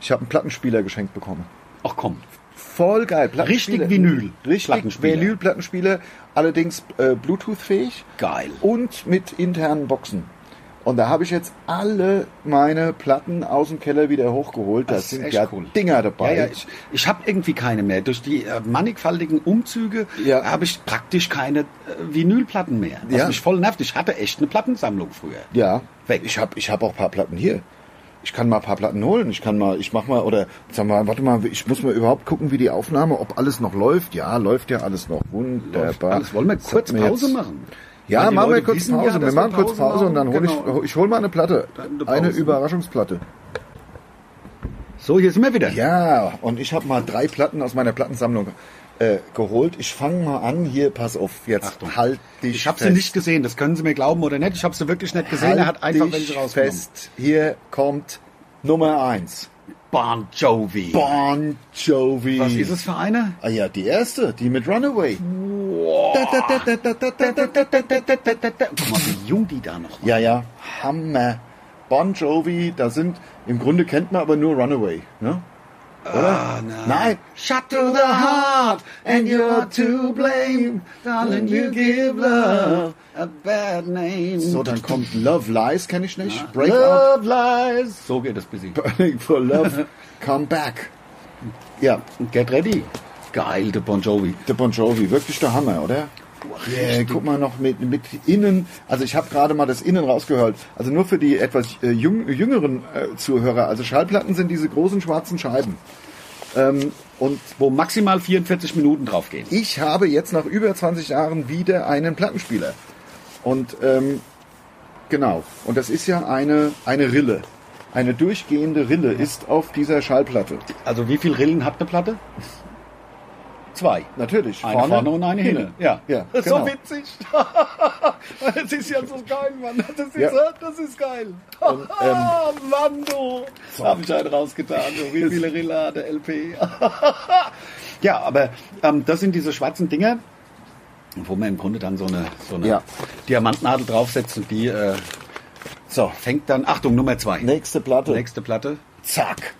ich habe einen Plattenspieler geschenkt bekommen.
ach komm,
Voll geil.
Richtig Vinyl.
Richtig
Plattenspieler.
Vinyl-Plattenspieler. Allerdings äh, Bluetooth-fähig.
Geil.
Und mit internen Boxen. Und da habe ich jetzt alle meine Platten aus dem Keller wieder hochgeholt. Da
Das ist
sind
echt
ja
cool.
Dinger dabei.
ja, ja, ich, ich habe irgendwie keine mehr. Durch die äh, mannigfaltigen Umzüge
Ja.
habe ich praktisch keine äh, Vinylplatten mehr. Was
Ja.
mich voll nervt. Ich hatte echt eine Plattensammlung früher.
Ja.
Weg.
Ich habe ich hab auch ein paar Platten hier. Ich kann mal ein paar Platten holen. Ich kann mal, ich mach mal, oder sag mal, warte mal, ich muss mal überhaupt gucken, wie die Aufnahme, ob alles noch läuft. Ja, läuft ja alles noch. Wunderbar.
Alles wollen wir
Das
kurz
hat mir
Pause
jetzt-
machen. Weil
Ja,
die
machen wir
Leute
kurz
wissen
Pause.
ja,
wir
dass
machen kurz Pause und dann hole
Genau.
ich, ich hol mal eine Platte.
Eine
Eine
Pause.
Überraschungsplatte.
So, hier sind wir wieder.
Ja, und ich habe mal drei Platten aus meiner Plattensammlung äh, geholt. Ich fange mal an. Hier, pass auf, jetzt
Achtung.
halt dich
Ich habe sie
fest.
nicht gesehen, das können Sie mir glauben oder nicht. Ich habe sie wirklich nicht gesehen.
Halt
er hat einfach
dich
welche rausgenommen.
fest. Hier kommt Nummer eins.
Bon Jovi.
Bon Jovi.
Was ist es für eine?
Ah ja, die erste, die mit Runaway. Da, da, da, da, da, da, da, da, da, da, da, da, da.
Guck mal, wie jung die da noch war.
Ja, ja, Hammer. Bon Jovi, da sind, im Grunde kennt man aber nur Runaway. Ne? Oder?
nein.
Nein.
Shut to the heart and you're to blame. Darling, you give love a bad name.
So, dann kommt Love Lies, kenne ich nicht. Break Up,
Love lies. So geht das bisschen.
Burning for Love, Come Back. Ja,
Get ready. Geil, der Bon Jovi.
der Bon Jovi, wirklich der Hammer, oder? Yeah, guck mal noch mit, mit innen, also ich habe gerade mal das Innen rausgehört. Also nur für die etwas äh, jüng, jüngeren äh, Zuhörer. Also Schallplatten sind diese großen schwarzen Scheiben. Ähm, und
Wo maximal 44 Minuten draufgehen.
ich habe jetzt nach über 20 Jahren wieder einen Plattenspieler. Und ähm, genau, und das ist ja eine, eine Rille. Eine durchgehende Rille ist auf dieser Schallplatte.
Also wie viel Rillen hat eine Platte? Zwei.
Natürlich.
Eine vorne, und eine hinten.
Ja, ja
Das ist
genau.
so witzig. das ist ja so geil, Mann. Das ist,
Ja.
das ist geil.
Und,
Ah, Mann, du. Hab ich einen rausgetan. Du, wie viele Rilla der LP. ja, aber ähm, das sind diese schwarzen Dinger, wo man im Grunde dann so eine, so eine
Ja.
Diamantnadel draufsetzt und die äh,
So,
fängt dann, Achtung, Nummer zwei.
nächste Platte.
Nächste Platte.
Zack.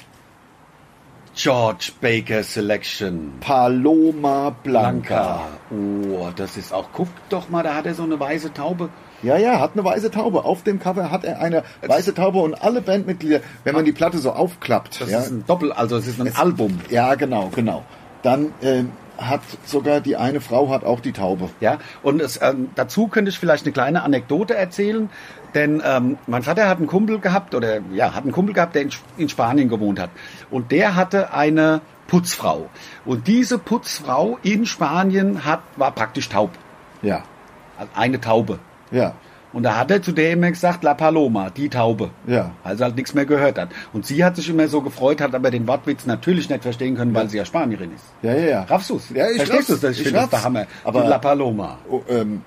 George Baker Selection.
Paloma Blanca.
Blanca. Oh, das ist auch. Guck doch mal, da hat er so eine weiße Taube.
Ja, ja, hat eine weiße Taube. Auf dem Cover hat er eine weiße Taube und alle Bandmitglieder, wenn man die Platte so aufklappt.
Das
ja,
ist ein Doppel, also es ist ein Album.
ja, genau, genau. Dann ähm, hat sogar die eine Frau hat auch die Taube.
Ja, und es, ähm, dazu könnte ich vielleicht eine kleine Anekdote erzählen, denn ähm, mein Vater hat einen Kumpel gehabt oder ja, hat einen Kumpel gehabt, der in, Sp- in Spanien gewohnt hat und der hatte eine Putzfrau und diese Putzfrau in Spanien hat war praktisch taub,
Ja,
also eine Taube.
ja,
Und da hat er zu der immer gesagt, La Paloma, die Taube.
Ja.
Also halt nichts mehr gehört hat. Und sie hat sich immer so gefreut, hat aber den Wortwitz natürlich nicht verstehen können, weil sie ja Spanierin ist.
ja, ja. ja.
Raffst du's?
Ja, ich
Verstehst
raff's.
du's? Ich,
Ich
finde das
raff's.
der Hammer.
Aber-
Die La Paloma.
Oh, ähm,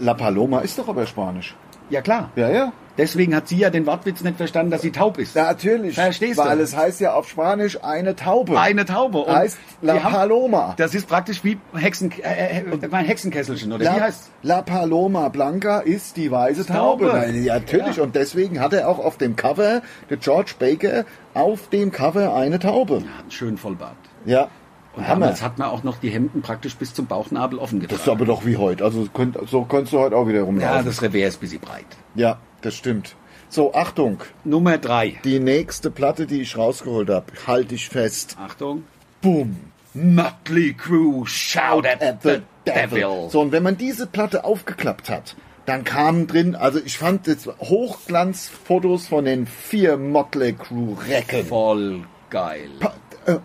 La Paloma ist doch aber Spanisch.
Ja klar.
Ja, ja.
Deswegen hat sie ja den Wortwitz nicht verstanden, dass sie taub ist.
Natürlich.
Verstehst
weil
du?
es heißt ja auf Spanisch eine Taube.
Eine Taube.
Heißt La
die haben-
Paloma.
Das ist praktisch wie Hexen, äh, äh, mein Hexenkesselchen, oder wie
La,
heißt
La Paloma Blanca ist die weiße Taube.
Taube.
Nein, ja, natürlich.
Ja.
Und deswegen hat er auch auf dem Cover, der George Baker, auf dem Cover eine Taube.
Hat einen schönen Vollbart.
Ja.
Und
Hammer.
damals hat man auch noch die Hemden praktisch bis zum Bauchnabel offen
Das ist
getragen.
aber doch wie heute. Also könnt, so könntest du heute auch wieder
Ja,
rumlaufen.
das Revers ist ein bisschen breit.
ja, das stimmt. So, Achtung.
Nummer drei.
Die nächste Platte, die ich rausgeholt habe, halte ich fest.
Achtung.
Boom.
Motley Crew, shout at,
At the devil. So, und wenn man diese Platte aufgeklappt hat, dann kamen drin, also ich fand jetzt Hochglanzfotos von den vier Motley Crew Recken.
Voll geil.
Pa- äh,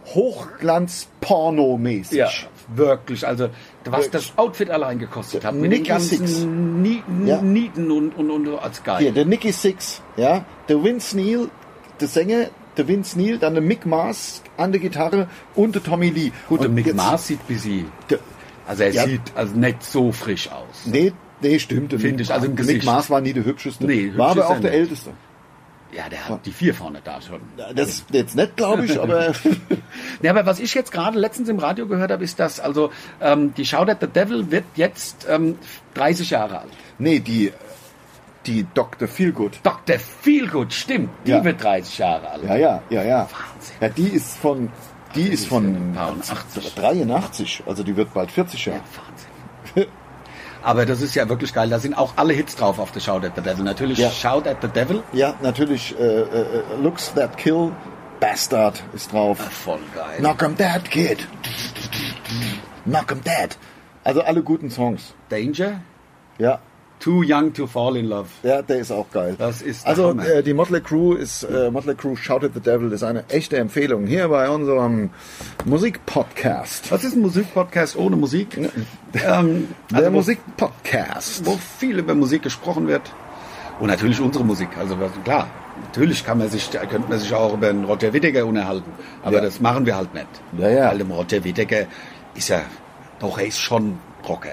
Hochglanz-Porno-mäßig.
Ja, wirklich. Also, was das Outfit allein gekostet hat. Mit
Nicky
den ganzen
Six.
Nieten,
Ja.
Nieten und, und, und als geil.
Hier, der Nicky Six, ja, der Vince Neil, der Sänger, der Vince Neil, dann der Mick Mars an der Gitarre und der Tommy Lee.
Gut, der
und
Mick
jetzt-
Mars sieht bis sie.
Der,
Also, er
Ja.
sieht also nicht so frisch aus.
nee, nee, stimmt. der
Find
Mick-
ich, also im
Mick
Gesicht.
Mars war nie der hübscheste.
Nee, hübsch
war
ist
aber auch
er
der
nicht.
älteste.
Ja, der hat die vier vorne da schon.
Das ist jetzt nicht, glaube ich, aber
Ja, aber was ich jetzt gerade letztens im Radio gehört habe, ist, dass also ähm, die Shout at the Devil wird jetzt ähm, 30 Jahre alt.
nee, die, die Dr. Feelgood.
Dr. Feelgood, stimmt, die
Ja.
wird 30 Jahre alt.
Ja, ja, ja, ja.
Wahnsinn.
Ja, die ist von, die ist
ein
von
paar und 80.
83, also die wird bald 40 Jahre.
Wahnsinn. Aber das ist ja wirklich geil. Da sind auch alle Hits drauf auf der Shout at the Devil. Natürlich
Ja.
Shout at the Devil.
Ja, natürlich, äh, äh, äh, Looks That Kill, Bastard ist drauf.
Ah, Voll geil.
Knock 'em dead, Kid. Knock 'em dead. Also alle guten Songs.
Danger.
Ja,
Too young to fall in love.
ja, der ist auch geil.
Das ist der
also
Hammer.
äh, die Motley Crew ist äh, Motley Crew Shouted the Devil ist eine echte Empfehlung hier bei unserem Musikpodcast.
Was ist ein Musikpodcast ohne Musik? ähm,
der
also wo,
Musikpodcast.
wo viel über Musik gesprochen wird. Und natürlich unsere Musik. Also was- klar, natürlich kann man sich, könnte man sich auch über einen Roger Whittaker unterhalten. Aber
Ja.
das machen wir halt nicht.
Ja, ja.
Weil dem Roger Whittaker ist ja, doch er ist schon Rocker.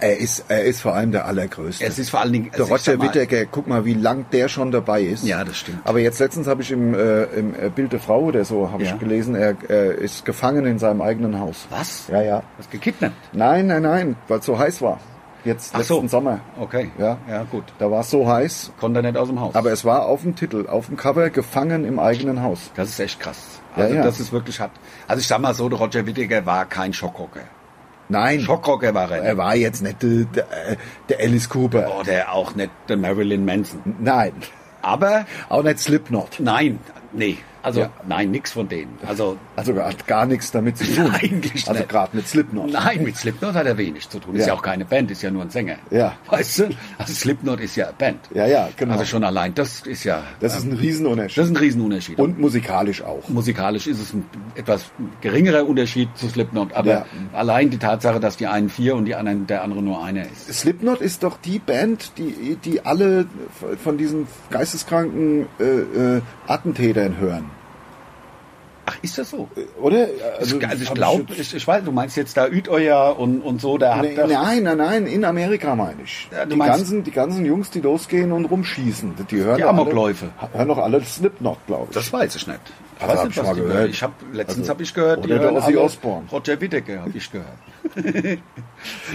Er ist er ist vor allem der allergrößte.
Es ist vor allen Dingen...
der
also ich sag
Roger
mal-
Whittaker, guck mal, wie lang der schon dabei ist.
Ja, das stimmt.
Aber jetzt letztens habe ich im, äh, im äh, Bild der Frau oder so habe
Ja.
ich gelesen, er äh, ist gefangen in seinem eigenen Haus.
Was?
Ja, ja.
Was gekidnappt?
Nein, nein, nein, weil es so heiß war. jetzt
Ach so.
letzten Sommer.
Okay.
Ja.
Ja, gut.
Da war es so heiß,
Konnte er nicht aus dem Haus.
aber es war auf dem Titel, auf dem Cover, gefangen im eigenen Haus.
das ist echt krass.
Ja,
Also
ja.
das ist wirklich hart. Also ich sag mal so, der Roger Whittaker war kein Schockrocker.
Nein,
Schockrocker war er.
er
nicht.
war jetzt nicht der, der, der Alice Cooper.
Oder auch nicht der Marilyn Manson.
Nein,
Aber
auch nicht Slipknot.
nein, nee. Also
Ja.
nein, nix von denen. Also
Also hat gar nichts damit zu tun.
Eigentlich
also
nicht.
gerade mit Slipknot.
Nein, mit Slipknot hat er wenig zu tun. Ist
Ja.
ja auch keine Band, ist ja nur ein Sänger.
Ja.
Weißt du? Also Slipknot ist ja eine Band.
Ja, ja, genau.
Also schon allein, das ist ja,
das ist ein Riesenunterschied.
das ist ein Riesenunterschied.
Und musikalisch auch.
musikalisch ist es ein etwas geringerer Unterschied zu Slipknot, aber
Ja.
allein die Tatsache, dass die einen vier und die anderen, der andere nur einer ist.
Slipknot ist doch die Band, die, die alle von diesen geisteskranken äh, äh, Attentätern hören.
Ach, ist das so?
Oder?
Also, also ich
hab
glaube,
jetzt-
ich, ich weiß, du meinst jetzt da Utöya und, und so, der hat
Nee,
das.
Ne, nein, nein, nein, in Amerika meine ich.
Ja, du
die,
meinst-
ganzen, die ganzen Jungs, die losgehen und rumschießen, die hören
Die
doch
Amokläufe.
Alle, hören doch alle Slipknot, glaube ich.
Das weiß ich nicht. Ich
Also,
weiß
hab
nicht,
ich mal
die
gehört.
hören. Ich hab, letztens
Also,
habe ich gehört,
oder der
hören
Ozzy
alle
Osbourne.
Roger Whittaker habe ich gehört.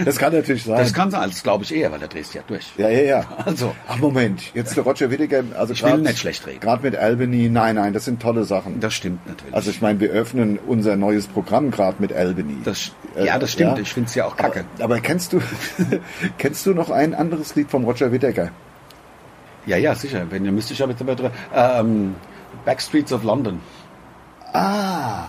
Das kann natürlich sein.
Das kann sein, das glaube ich eher, weil der drehst ja durch.
ja, ja, ja.
Also,
Ach Moment, jetzt der Roger Whittaker, also
Ich will
grad-
nicht schlecht reden.
Gerade mit Albany, nein, nein, das sind tolle Sachen.
das stimmt natürlich.
also ich meine, wir öffnen unser neues Programm gerade mit Albany.
das,
Äh,
ja, das stimmt. Ich finde es ja auch kacke.
Aber, aber kennst du kennst du noch ein anderes Lied vom Roger Whittaker?
Ja, ja, sicher. Wenn ihr müsste ich aber jetzt aber dran. Ähm, Backstreets of London.
Ah,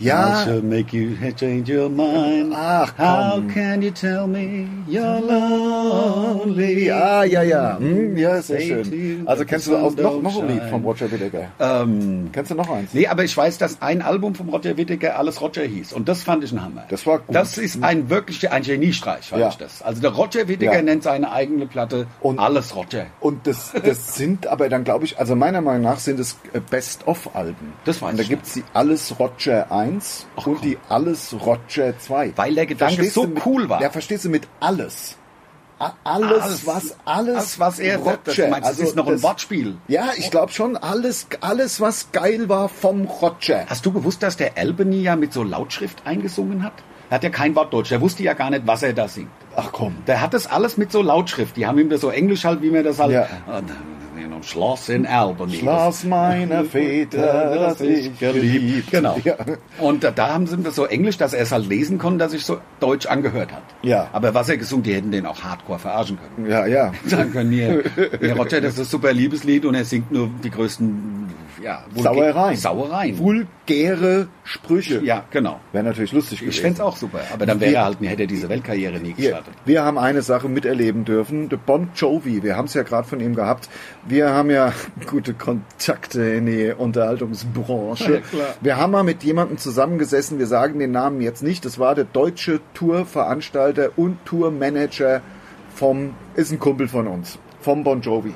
ja.
I shall make you change your mind.
Ach, komm.
How can you tell me you're lonely?
Ja, ja, ja. Hm, ja, sehr
Say to
schön.
you
Also
that
kennst
the
du
sun
auch noch,
don't
noch ein Lied
shine.
vom Roger Whittaker?
Ähm,
Kennst du noch eins?
nee, aber ich weiß, dass ein Album vom Roger Whittaker alles Roger hieß. Und das fand ich ein Hammer.
Das war gut.
Das ist ein wirklich ein Geniestreich, fand
Ja.
ich das. Also der Roger Whittaker
Ja.
nennt seine eigene Platte
Und-
alles Roger.
Und das, das sind aber dann, glaube ich, also meiner Meinung nach sind es äh, Best-of-Alben.
Das weiß
Und da
ich
gibt's die Alles Roger 1
Ach,
und
komm.
die Alles Roger 2.
Weil der Gedanke
Verstehst
so
du mit,
cool war.
Ja, verstehst du, mit alles. A- Alles,
Alles-
was, alles,
alles, was er
Roger. Also
sagt. Das- du meinst, das ist noch ein Wortspiel?
Ja, ich glaube schon, alles, alles, was geil war vom Roger.
Hast du gewusst, dass der Albany ja mit so Lautschrift eingesungen hat? Er hat ja kein Wort Deutsch. Der wusste ja gar nicht, was er da singt.
Ach komm.
Der hat das alles mit so Lautschrift. Die haben ihm das so Englisch halt, wie man das halt.
Ja.
Äh, you know, Schloss in Albany.
Schlaf meiner Väter, das ich geliebt.
Genau.
Ja.
Und da, da haben sie ihm das so Englisch, dass er es halt lesen konnte, dass ich so Deutsch angehört hat.
Ja.
Aber was er gesungen, die hätten den auch hardcore verarschen können.
Ja, ja.
Sagen können, hier, hier Roger, das ist ein super Liebeslied und er singt nur die größten ja, vulgä-
Sauereien.
Sauereien.
Vulgäre Sprüche.
ja, genau.
Wäre natürlich lustig gewesen.
Ich fänd's auch super, aber dann wäre er halt, hätte er diese Weltkarriere nie
Wir,
gestartet.
wir haben eine Sache miterleben dürfen. Der Bon Jovi, wir haben's ja gerade von ihm gehabt. Wir haben ja gute Kontakte in die Unterhaltungsbranche.
Ja, klar.
Wir haben mal mit jemandem zusammengesessen, wir sagen den Namen jetzt nicht. Das war der deutsche Tourveranstalter und Tourmanager vom, ist ein Kumpel von uns, vom Bon Jovi.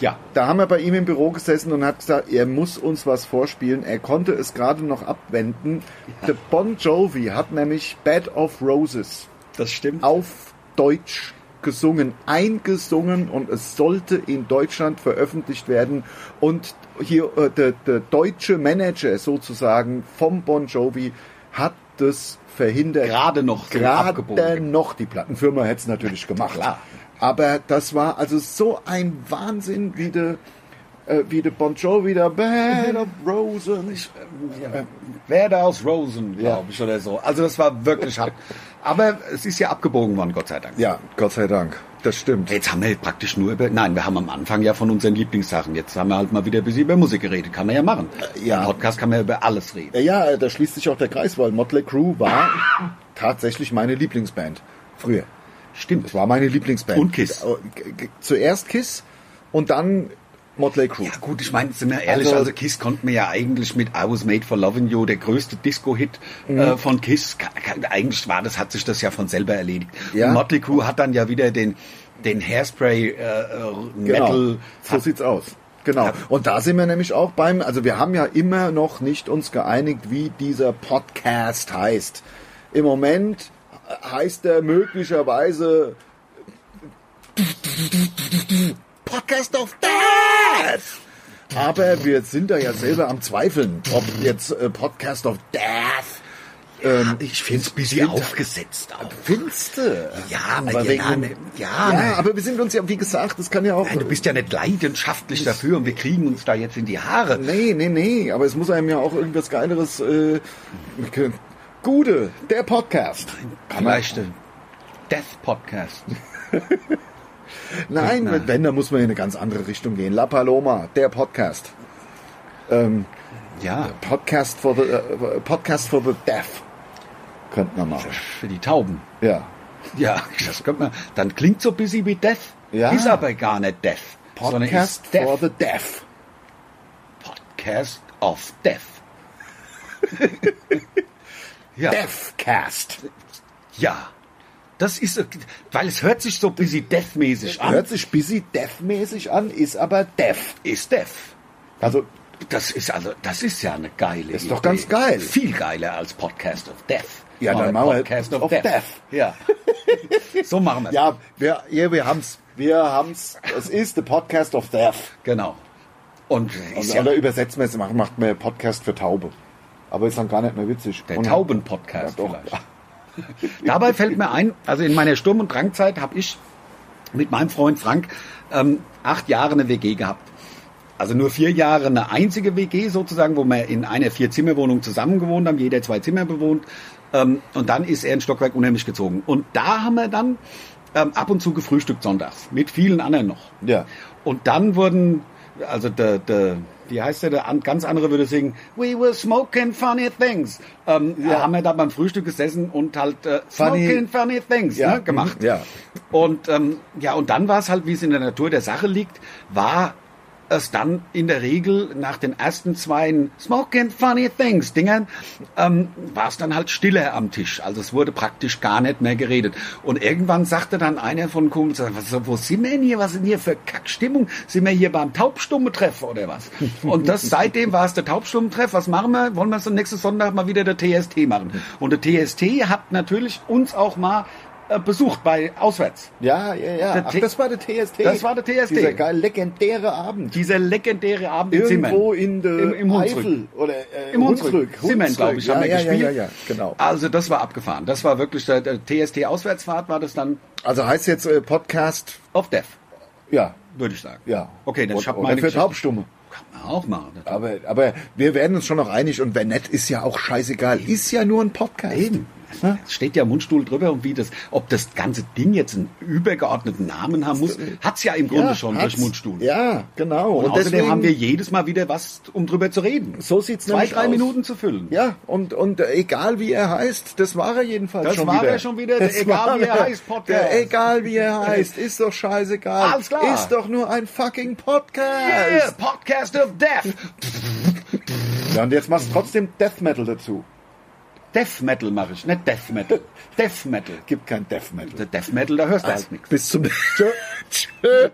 Ja,
Da haben wir bei ihm im Büro gesessen und hat gesagt, er muss uns was vorspielen. Er konnte es gerade noch abwenden. Der Bon Jovi hat nämlich Bed of Roses
das stimmt.
auf Deutsch gesungen, eingesungen und es sollte in Deutschland veröffentlicht werden. Und hier äh, der, der deutsche Manager sozusagen vom Bon Jovi hat das verhindert.
Gerade noch so
Gerade
abgebogen.
noch die Plattenfirma hätte es natürlich gemacht.
Klar.
Aber das war also so ein Wahnsinn, wie der, äh, wie der Bon Jovi da, Bed of Roses.
äh, Ja. Werder aus Rosen, glaube ich, oder so. Also das war wirklich hart. Aber es ist ja abgebogen worden, Gott sei Dank.
Ja, Gott sei Dank. Das stimmt.
Jetzt haben wir praktisch nur über... Nein, wir haben am Anfang ja von unseren Lieblingssachen. Jetzt haben wir halt mal wieder ein bisschen über Musik geredet. Kann man ja machen.
ja.
Im Podcast kann man ja über alles reden.
Äh, Ja, da schließt sich auch der Kreis, weil Motley Crue war tatsächlich meine Lieblingsband früher.
Stimmt.
Das war meine Lieblingsband. Äh,
Und Kiss.
Zuerst Kiss und dann Motley Crue.
Ja gut, ich meine, sind wir ehrlich,
Also-
also, Kiss konnte man ja eigentlich mit I Was Made for Loving You, der größte Disco-Hit
Mhm.
äh, von Kiss, ka- ka- eigentlich war das, hat sich das ja von selber erledigt.
Ja.
Und Motley Crue hat dann ja wieder den, den Hairspray äh, äh,
Genau.
Metal.
So sieht's aus. Genau. Und da sind wir nämlich auch beim, also wir haben ja immer noch nicht uns geeinigt, wie dieser Podcast heißt. Im Moment heißt er möglicherweise Podcast of Death. Aber wir sind da ja selber am Zweifeln, ob jetzt äh, Podcast of Death Ähm,
Ich finde es ein bisschen
Winter-
aufgesetzt auch.
Finste.
Ja, aber
aber
ja,
wegen,
ne-
ja,
ja, ne.
aber wir sind uns ja, wie gesagt, das kann ja auch.
Nein, du bist ja nicht leidenschaftlich dafür und wir kriegen uns da jetzt in die Haare.
nee, nee, nee, aber es muss einem ja auch irgendwas Geileres. Äh, ge- Gute, der Podcast. Kann man-
Vielleicht ein Death Podcast.
Nein,
Nein.
wenn, da muss man in eine ganz andere Richtung gehen. La Paloma, der Podcast. Ähm,
Ja,
Podcast for the äh, Podcast for the Deaf. Könnten wir machen.
für die Tauben.
Ja.
Ja, das könnte man. Dann klingt so ein bisschen wie Death.
Ja.
Ist aber gar nicht Death. sondern
Podcast
ist Death.
for the Deaf.
Podcast of Death. ja.
Deafcast.
Ja. Das ist, so- weil es hört sich so ein bisschen Death-mäßig an.
Hört sich busy Deaf-mäßig an, ist aber Deaf.
Ist Death.
Also
Das ist also, das ist ja eine geile Ist
doch ganz geil.
Viel geiler als Podcast of Death.
Ja, dann
Oder
machen wir
Podcast of,
of
Death.
Death.
Ja. so machen wir
Ja, wir, ja, wir haben's. Wir haben's. Es ist der Podcast of Death.
Genau. Und ist
Und,
ja
Also Oder übersetzt man es, macht, macht man Podcast für Taube. Aber ist dann gar nicht mehr witzig.
der
Und-
Tauben-Podcast
Ja, doch.
vielleicht. Dabei fällt mir ein, also in meiner Sturm- und Drangzeit habe ich mit meinem Freund Frank ähm, acht Jahre eine WG gehabt. Also nur vier Jahre eine einzige WG sozusagen, wo wir in einer Vier-Zimmer-Wohnung zusammen gewohnt haben, jeder zwei Zimmer bewohnt. Ähm, und dann ist er in Stockwerk unter mich gezogen. Und da haben wir dann ähm, ab und zu gefrühstückt sonntags, mit vielen anderen noch.
Ja.
Und dann wurden, also der, der wie heißt der, der an- ganz andere würde singen, We were smoking funny things. Ähm, Da haben wir da beim Frühstück gesessen und halt äh,
Funny-
smoking funny things
Ja.
ne, gemacht.
Mhm. Ja.
Und ähm, ja, und dann war es halt, wie es in der Natur der Sache liegt, war es dann in der Regel nach den ersten zwei Smoking Funny Things Dingern, ähm, war es dann halt stiller am Tisch. Also es wurde praktisch gar nicht mehr geredet. Und irgendwann sagte dann einer von Kumpels, was, wo sind wir denn hier? Was ist denn hier für Kackstimmung? Sind wir hier beim Taubstumme-Treff oder was? Und das seitdem war es der Taubstumme-Treff. Was machen wir? Wollen wir so nächsten Sonntag mal wieder der TST machen? Und der TST hat natürlich uns auch mal äh, besucht bei auswärts.
Ja, ja, ja.
Der
Ach,
T-
das war der TST.
Das war der TST.
Dieser geil legendäre Abend.
Dieser legendäre Abend in
Irgendwo
Zimmern.
in der
Im, im Hunsrück.
Eifel oder äh,
Im Hunsrück. Zimmern,
Hunsrück.
glaube ich,
ja,
haben wir
ja,
gespielt.
Ja, ja, ja, genau.
Also das war abgefahren. Das war wirklich der, der TST-Auswärtsfahrt war das dann
Also heißt jetzt äh, Podcast,
auf Death,
ja,
würde ich sagen.
ja.
Okay, dann
Und-
ich habe
oder
meine
für
Geschichte-
Taubstumme.
Kann man auch machen.
Aber, aber wir werden uns schon noch einig und wenn nett, ist ja auch scheißegal. Ist ja nur ein Podcast.
Eben.
Ne?
Es steht ja Mundstuhl drüber und wie das, ob das ganze Ding jetzt einen übergeordneten Namen haben muss, hat's ja im Grunde schon
äh, hat's.
durch Mundstuhl.
Ja, genau.
Und, außerdem haben wir jedes Mal wieder was, um drüber zu reden.
So sieht's
Zwei,
nämlich
drei
aus.
Minuten zu füllen.
Ja, und, und äh, egal wie er heißt, das war er jedenfalls
Das
schon
war
wieder.
er schon wieder, der egal
war
wie er heißt, Podcast.
Der egal wie er heißt, ist doch scheißegal.
Alles klar.
Ist doch nur ein fucking
Yeah,
Podcast.
Podcast of Death.
Ja, und jetzt machst du trotzdem Death Metal dazu.
Death Metal mache ich, nicht Death Metal. Death Metal. Also
Gibt kein Death Metal. Ah.
Der Death Metal, da hörst du halt nichts.
Bis zum... Tschö. Tschö.